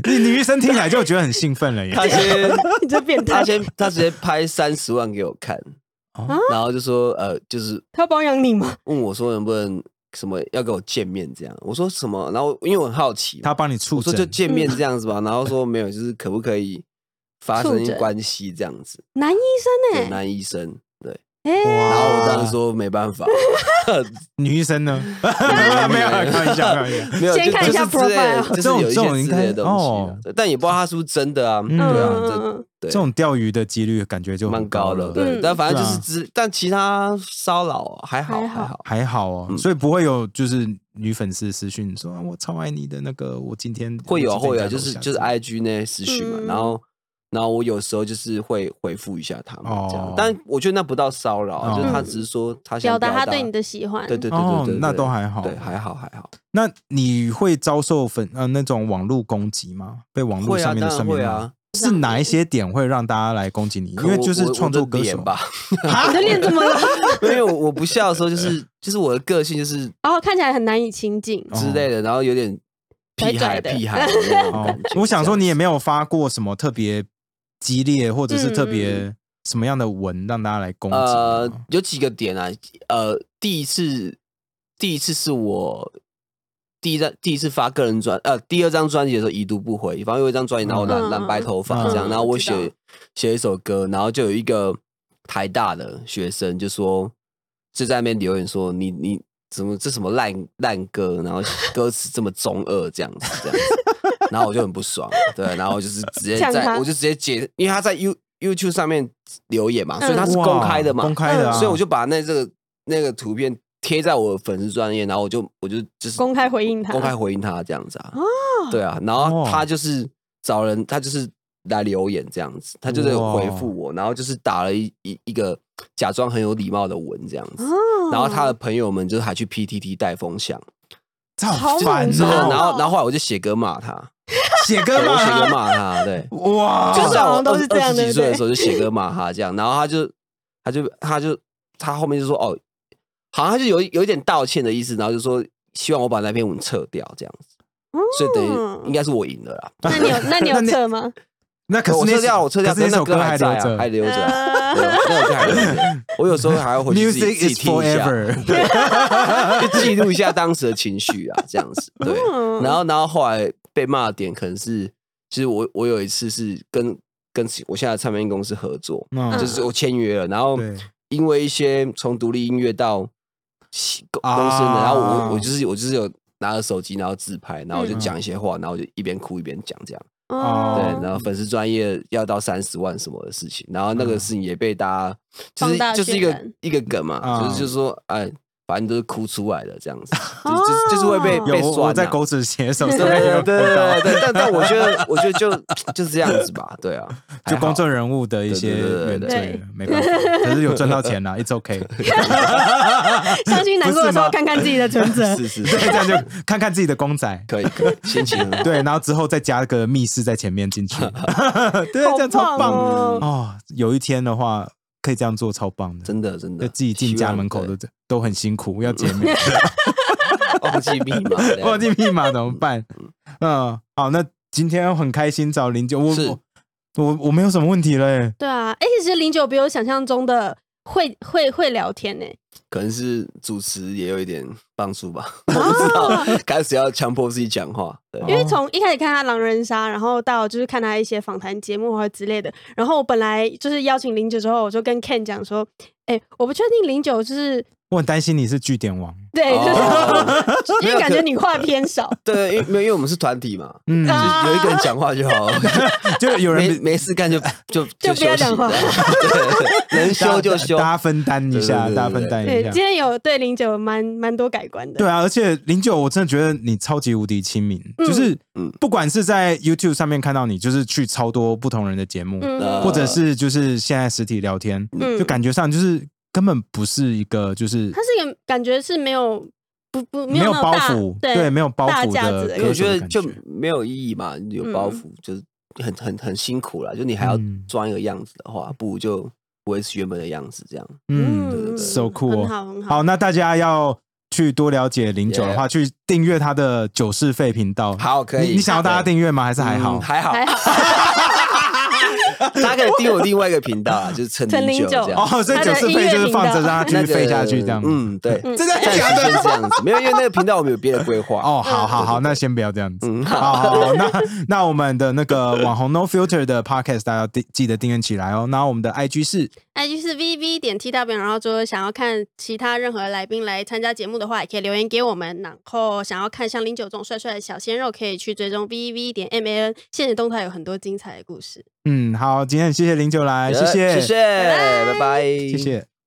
S1: 你女医生听起来就觉得很兴奋了耶。
S3: 他先
S2: 你这变态
S3: 他，先他直接拍三十万给我看
S1: 哦，
S3: 然后就说呃就是
S2: 他要包养你吗？
S3: 问我说能不能什么要跟我见面这样，我说什么，然后因为我很好奇嘛，
S1: 他帮你
S3: 我
S1: 触
S3: 说就
S1: 诊，
S3: 见面这样子吧，然后说没有，就是可不可以发
S2: 触
S3: 生
S2: 诊
S3: 关系这样子，
S2: 男医
S3: 对
S2: 生呢？欸
S3: 男医生哦对。
S2: 哎，
S1: 哇
S3: 然后我当时说 没办法，
S1: 女医生呢？ 没有，开玩 笑，开玩笑。
S3: 没有，
S2: 先
S3: 就
S2: 看一下
S3: 就是之类的
S2: profile
S3: 就是有
S1: 这
S3: 一
S1: 种
S3: 些之类
S1: 这种应该
S3: 的东西
S1: 哦
S3: 啊，对但也不知道他是不是真的啊，对
S1: 嗯
S3: 啊，这
S2: 嗯，
S3: 对
S1: 这种钓鱼的几率感觉就
S3: 蛮
S1: 很
S3: 高的，
S1: 了。
S3: 对
S2: 嗯，
S3: 但反正就是
S1: 对啊
S3: 之，但其他骚扰还好
S2: 还
S3: 还
S2: 好
S3: 好，
S1: 还好哦，
S3: 嗯
S1: 所以不会有就是女粉丝私讯说啊我超爱你的那个，我今天
S3: 会有啊会有啊，
S1: 我
S3: 就
S1: 今天
S3: 是
S1: 在
S3: 就是
S1: 楼下
S3: IG 那些私讯嘛，
S2: 嗯
S3: 然后然后我有时候就是会回复一下他们这样
S1: 哦，
S3: 但我觉得那不到骚扰啊，
S1: 哦
S3: 就是他只是说他想
S2: 表
S3: 达
S2: 达他对你的喜欢，
S3: 对对对
S1: 哦
S3: 对对，
S1: 那
S3: 对
S1: 都还好
S3: 对还好还好，
S1: 那你会遭受粉呃那种网络攻击吗？被网络
S3: 会啊
S1: 上面的
S3: 当然
S1: 酸民
S3: 会
S1: 骂
S3: 啊
S1: 是哪一些点会让大家来攻击你？因为
S3: 可我
S1: 就是
S3: 我我
S1: 创
S3: 的
S1: 作歌
S3: 脸
S1: 手，啊
S3: 吧，
S2: 你的脸怎 么了？
S3: 因为我我不笑的时候就是就是我的个性就是
S2: 然哦后看起来很难以亲近，
S3: 之类的，然后有点
S2: 拽
S3: 屁
S2: 拽
S3: 孩
S2: 的
S3: 屁孩的那种
S1: 哦
S3: 感觉。
S1: 我想说你也没
S3: 有，
S1: 有发过什么特别激烈或者是特别什么样的文让大家来攻击哦
S3: 呃
S1: 吗。，
S3: 有几个点啊，呃，第一次，第一次是我第一张第一次发个人专呃第二张专辑的时候已读不回，反正有一张专辑，然后染、
S2: 嗯
S3: 染白头发
S1: 嗯
S3: 这样，然后
S2: 我
S3: 我
S2: 知道
S3: 写写一首歌，然后就有一个台大的学生就说就在那边留言说你你。怎么这什么烂烂歌，然后 歌词这么中二这样子这 样子，然后我就很不爽，对，然后我就是直接
S2: 呛
S3: 在
S2: 他
S3: 我就直接截，因为他在 You YouTube 上面留言嘛，所以
S2: 嗯
S3: 他是
S1: 哇
S3: 公开的嘛，
S1: 公开的啊，
S3: 所以我就把那这个那个图片贴在我的粉丝专页，然后我就我就就是
S2: 公开回应他，
S3: 公开回应他这样子啊
S2: 哦，
S3: 对啊，然后
S1: 哦
S3: 他就是找人，他就是来留言这样子，他就是有回复我，然后就是打了一一一个假装很有礼貌的文这样子，
S2: 哦
S3: 然后他的朋友们就还去 PTT 带风向，
S1: 好烦
S2: 好猛哦
S3: 然后然后然后后来我就写歌骂他，
S1: 写歌
S3: 对我
S1: 吗？
S3: 写歌骂他，对。
S1: 哇，
S3: 就是在
S2: 好
S3: 我
S2: 像都是这
S3: 二
S2: 样
S3: 十
S2: 对
S3: 几
S2: 不
S3: 岁的
S2: 对
S3: 时候就写歌骂他这样，然后他就他就他就他后面就说哦，好像他就有有一点道歉的意思，然后就说希望我把那篇文撤掉这样子，所以等于应该是我赢了啦。
S2: 那 你有那你有测吗？
S1: 那可
S3: 我
S1: 是
S3: 撤掉，我撤掉，
S1: 可是
S3: 但
S1: 那
S3: 那
S1: 首
S3: 歌
S1: 歌还
S3: 还在
S1: 留
S3: 啊，
S1: 着。
S3: 还留着啊。
S2: 呃
S3: 对那首歌还留着，我有时候还要回去自己自
S1: Music
S3: 己
S1: is
S3: 听一下，
S1: forever。
S3: 就记录一下当时的情绪啊，这样子。对，
S2: 嗯
S3: 然后然后后来被骂的点可能是，其实我我有一次是跟跟我现在的唱片公司合作，
S1: 嗯
S3: 就是我签约了，然后
S1: 对
S3: 因为一些从独立音乐到西公
S1: 啊
S3: 公司的，然后我我
S1: 嗯
S3: 就是我就是有拿着手机，然后自拍，然后我就
S1: 嗯
S3: 讲一些话，然后我就一边哭一边讲这样。
S1: 哦
S3: 对，然后粉丝专业要到三十万什么的事情，然后那
S1: 嗯
S3: 个事情也被大家就
S2: 放大
S3: 是就是一个
S2: 渲染
S3: 一个梗嘛，
S1: 嗯
S3: 就是就是说哎，反正都是哭出来的这样子，就
S2: 哦
S3: 就是就是会被
S1: 有
S3: 被
S1: 我
S3: 酸啊。
S1: 我在狗子写手
S3: 对
S1: 上面有
S3: 对
S1: 看
S3: 对
S1: 到
S3: 对对，但但我觉得我觉得就就是这样子吧，对啊，还
S1: 就
S3: 好
S1: 公众人物的一些
S3: 对对对
S1: 原
S3: 对
S1: 罪
S2: 对，
S1: 没办法，可是有赚到钱啦，it's okay。
S2: 伤心难过的时候，看看自己的存折。
S3: 是 是
S1: 对，
S3: 是，
S1: 这样就看看自己的公仔，
S3: 可以可以，心情很好。
S1: 对，然后之后再加个密室在前面进 去，对，这样超棒
S2: 哦！
S1: 哦。有一天的话，可以这样做，超棒的。
S3: 真的真的，
S1: 就自己进
S3: 希
S1: 家
S3: 望
S1: 门口
S3: 对
S1: 都都很辛 苦，要解密，，
S3: 忘记密码
S1: 忘记密 码怎么办？嗯，好，那今天很开心找林九，我
S3: 是
S1: 我我我没有什么问题了耶。
S2: 对啊，哎，其实零九比我想象中的会会会聊天呢。
S3: 可能是主持也有一点帮助吧， 我不知道，开始要强迫自己讲话，对，啊
S2: 因为
S1: 哦
S2: 从一开始看他狼人杀，然后到就是看他一些访谈节目或者之类的，然后我本来就是邀请零九之后，我就跟 Ken 讲说，哎、我不确定零九就是
S1: 我很担心你是据点王。
S2: 对，就是
S3: 哦
S2: 因为感觉你话偏少，
S3: 对，因为没有，因为我们是团体嘛，
S1: 嗯，
S2: 啊
S3: 就是有一个人讲话就好了，
S1: 就 有人
S3: 没没事干就就
S2: 就不要
S3: 休息
S2: 讲话
S3: 对能休就休
S1: 大。家分担一下，
S3: 对对对对
S1: 大家分担
S2: 对
S1: 一，下
S2: 今。天有对零九蛮蛮多改观的，
S1: 对啊，而且零九，我真的觉得你超级无敌亲民，
S2: 嗯
S1: 就是
S3: 嗯
S1: 不管是在 YouTube 上面看到你，就是去超多不同人的节目，
S2: 嗯
S3: 呃
S1: 或者是就是现在实体聊天，
S2: 嗯
S1: 就感觉上就是根本不是一个就是
S2: 他是一个感觉是没有不不
S1: 没有
S2: 有那种
S1: 包
S2: 大
S1: 袱，
S2: 对，
S1: 没有包
S2: 大
S1: 袱
S2: 架子
S1: 的
S2: 的
S1: 歌手的感，
S3: 我觉得就没有意义嘛，有
S2: 嗯
S3: 包袱就是很很很辛苦啦，就你还要
S1: 嗯
S3: 装一个样子的话，不如就维持原本的样子这样。
S1: 嗯
S3: 对
S1: ，so cool
S2: 很
S1: 哦。
S2: 好很好
S1: 好，。那大家要去多了解零九的话，去订阅他的九四费频道。
S3: 好，可以。
S1: 你你想要大家订阅吗？还是还好
S3: 嗯？还好
S2: 还，好，
S3: 大家可以订我另外一个频道啊，就是陈
S2: 陈
S3: 零
S2: 零
S3: 九
S2: 九
S3: 这样。
S1: 哦，所以
S2: 他
S1: 九
S2: 的
S1: 四
S2: 音
S1: 费
S2: 乐
S1: 就是
S2: 频
S1: 放着
S2: 道
S1: 让它继
S3: 那
S1: 续
S3: 个
S1: 费下去，这样。
S3: 嗯，对，
S2: 嗯
S1: 真的
S3: 暂时
S1: 假
S3: 先
S1: 的？
S3: 这样子，没有，因为那个频道我们有别的规划。
S1: 哦，好好好，
S3: 嗯
S1: 那先不要这样子。
S3: 嗯，
S1: 好
S3: 好，
S1: 好好，那那我们的那个网红 No Filter 的 Podcast，大家要订记得订阅起来哦。那我们的 IG 是
S2: IG 是 VV 点 T W，然后说想要看其他任何来宾来参加节目的话，也可以留言给我们。然后想要看像零九这种帅帅的小鲜肉，可以去追踪 VV 点 M A N。现实动态有很多精彩的故事。
S1: 嗯，好，今天很谢谢零九来，谢谢，
S3: 呃谢谢，拜拜，
S1: 谢谢。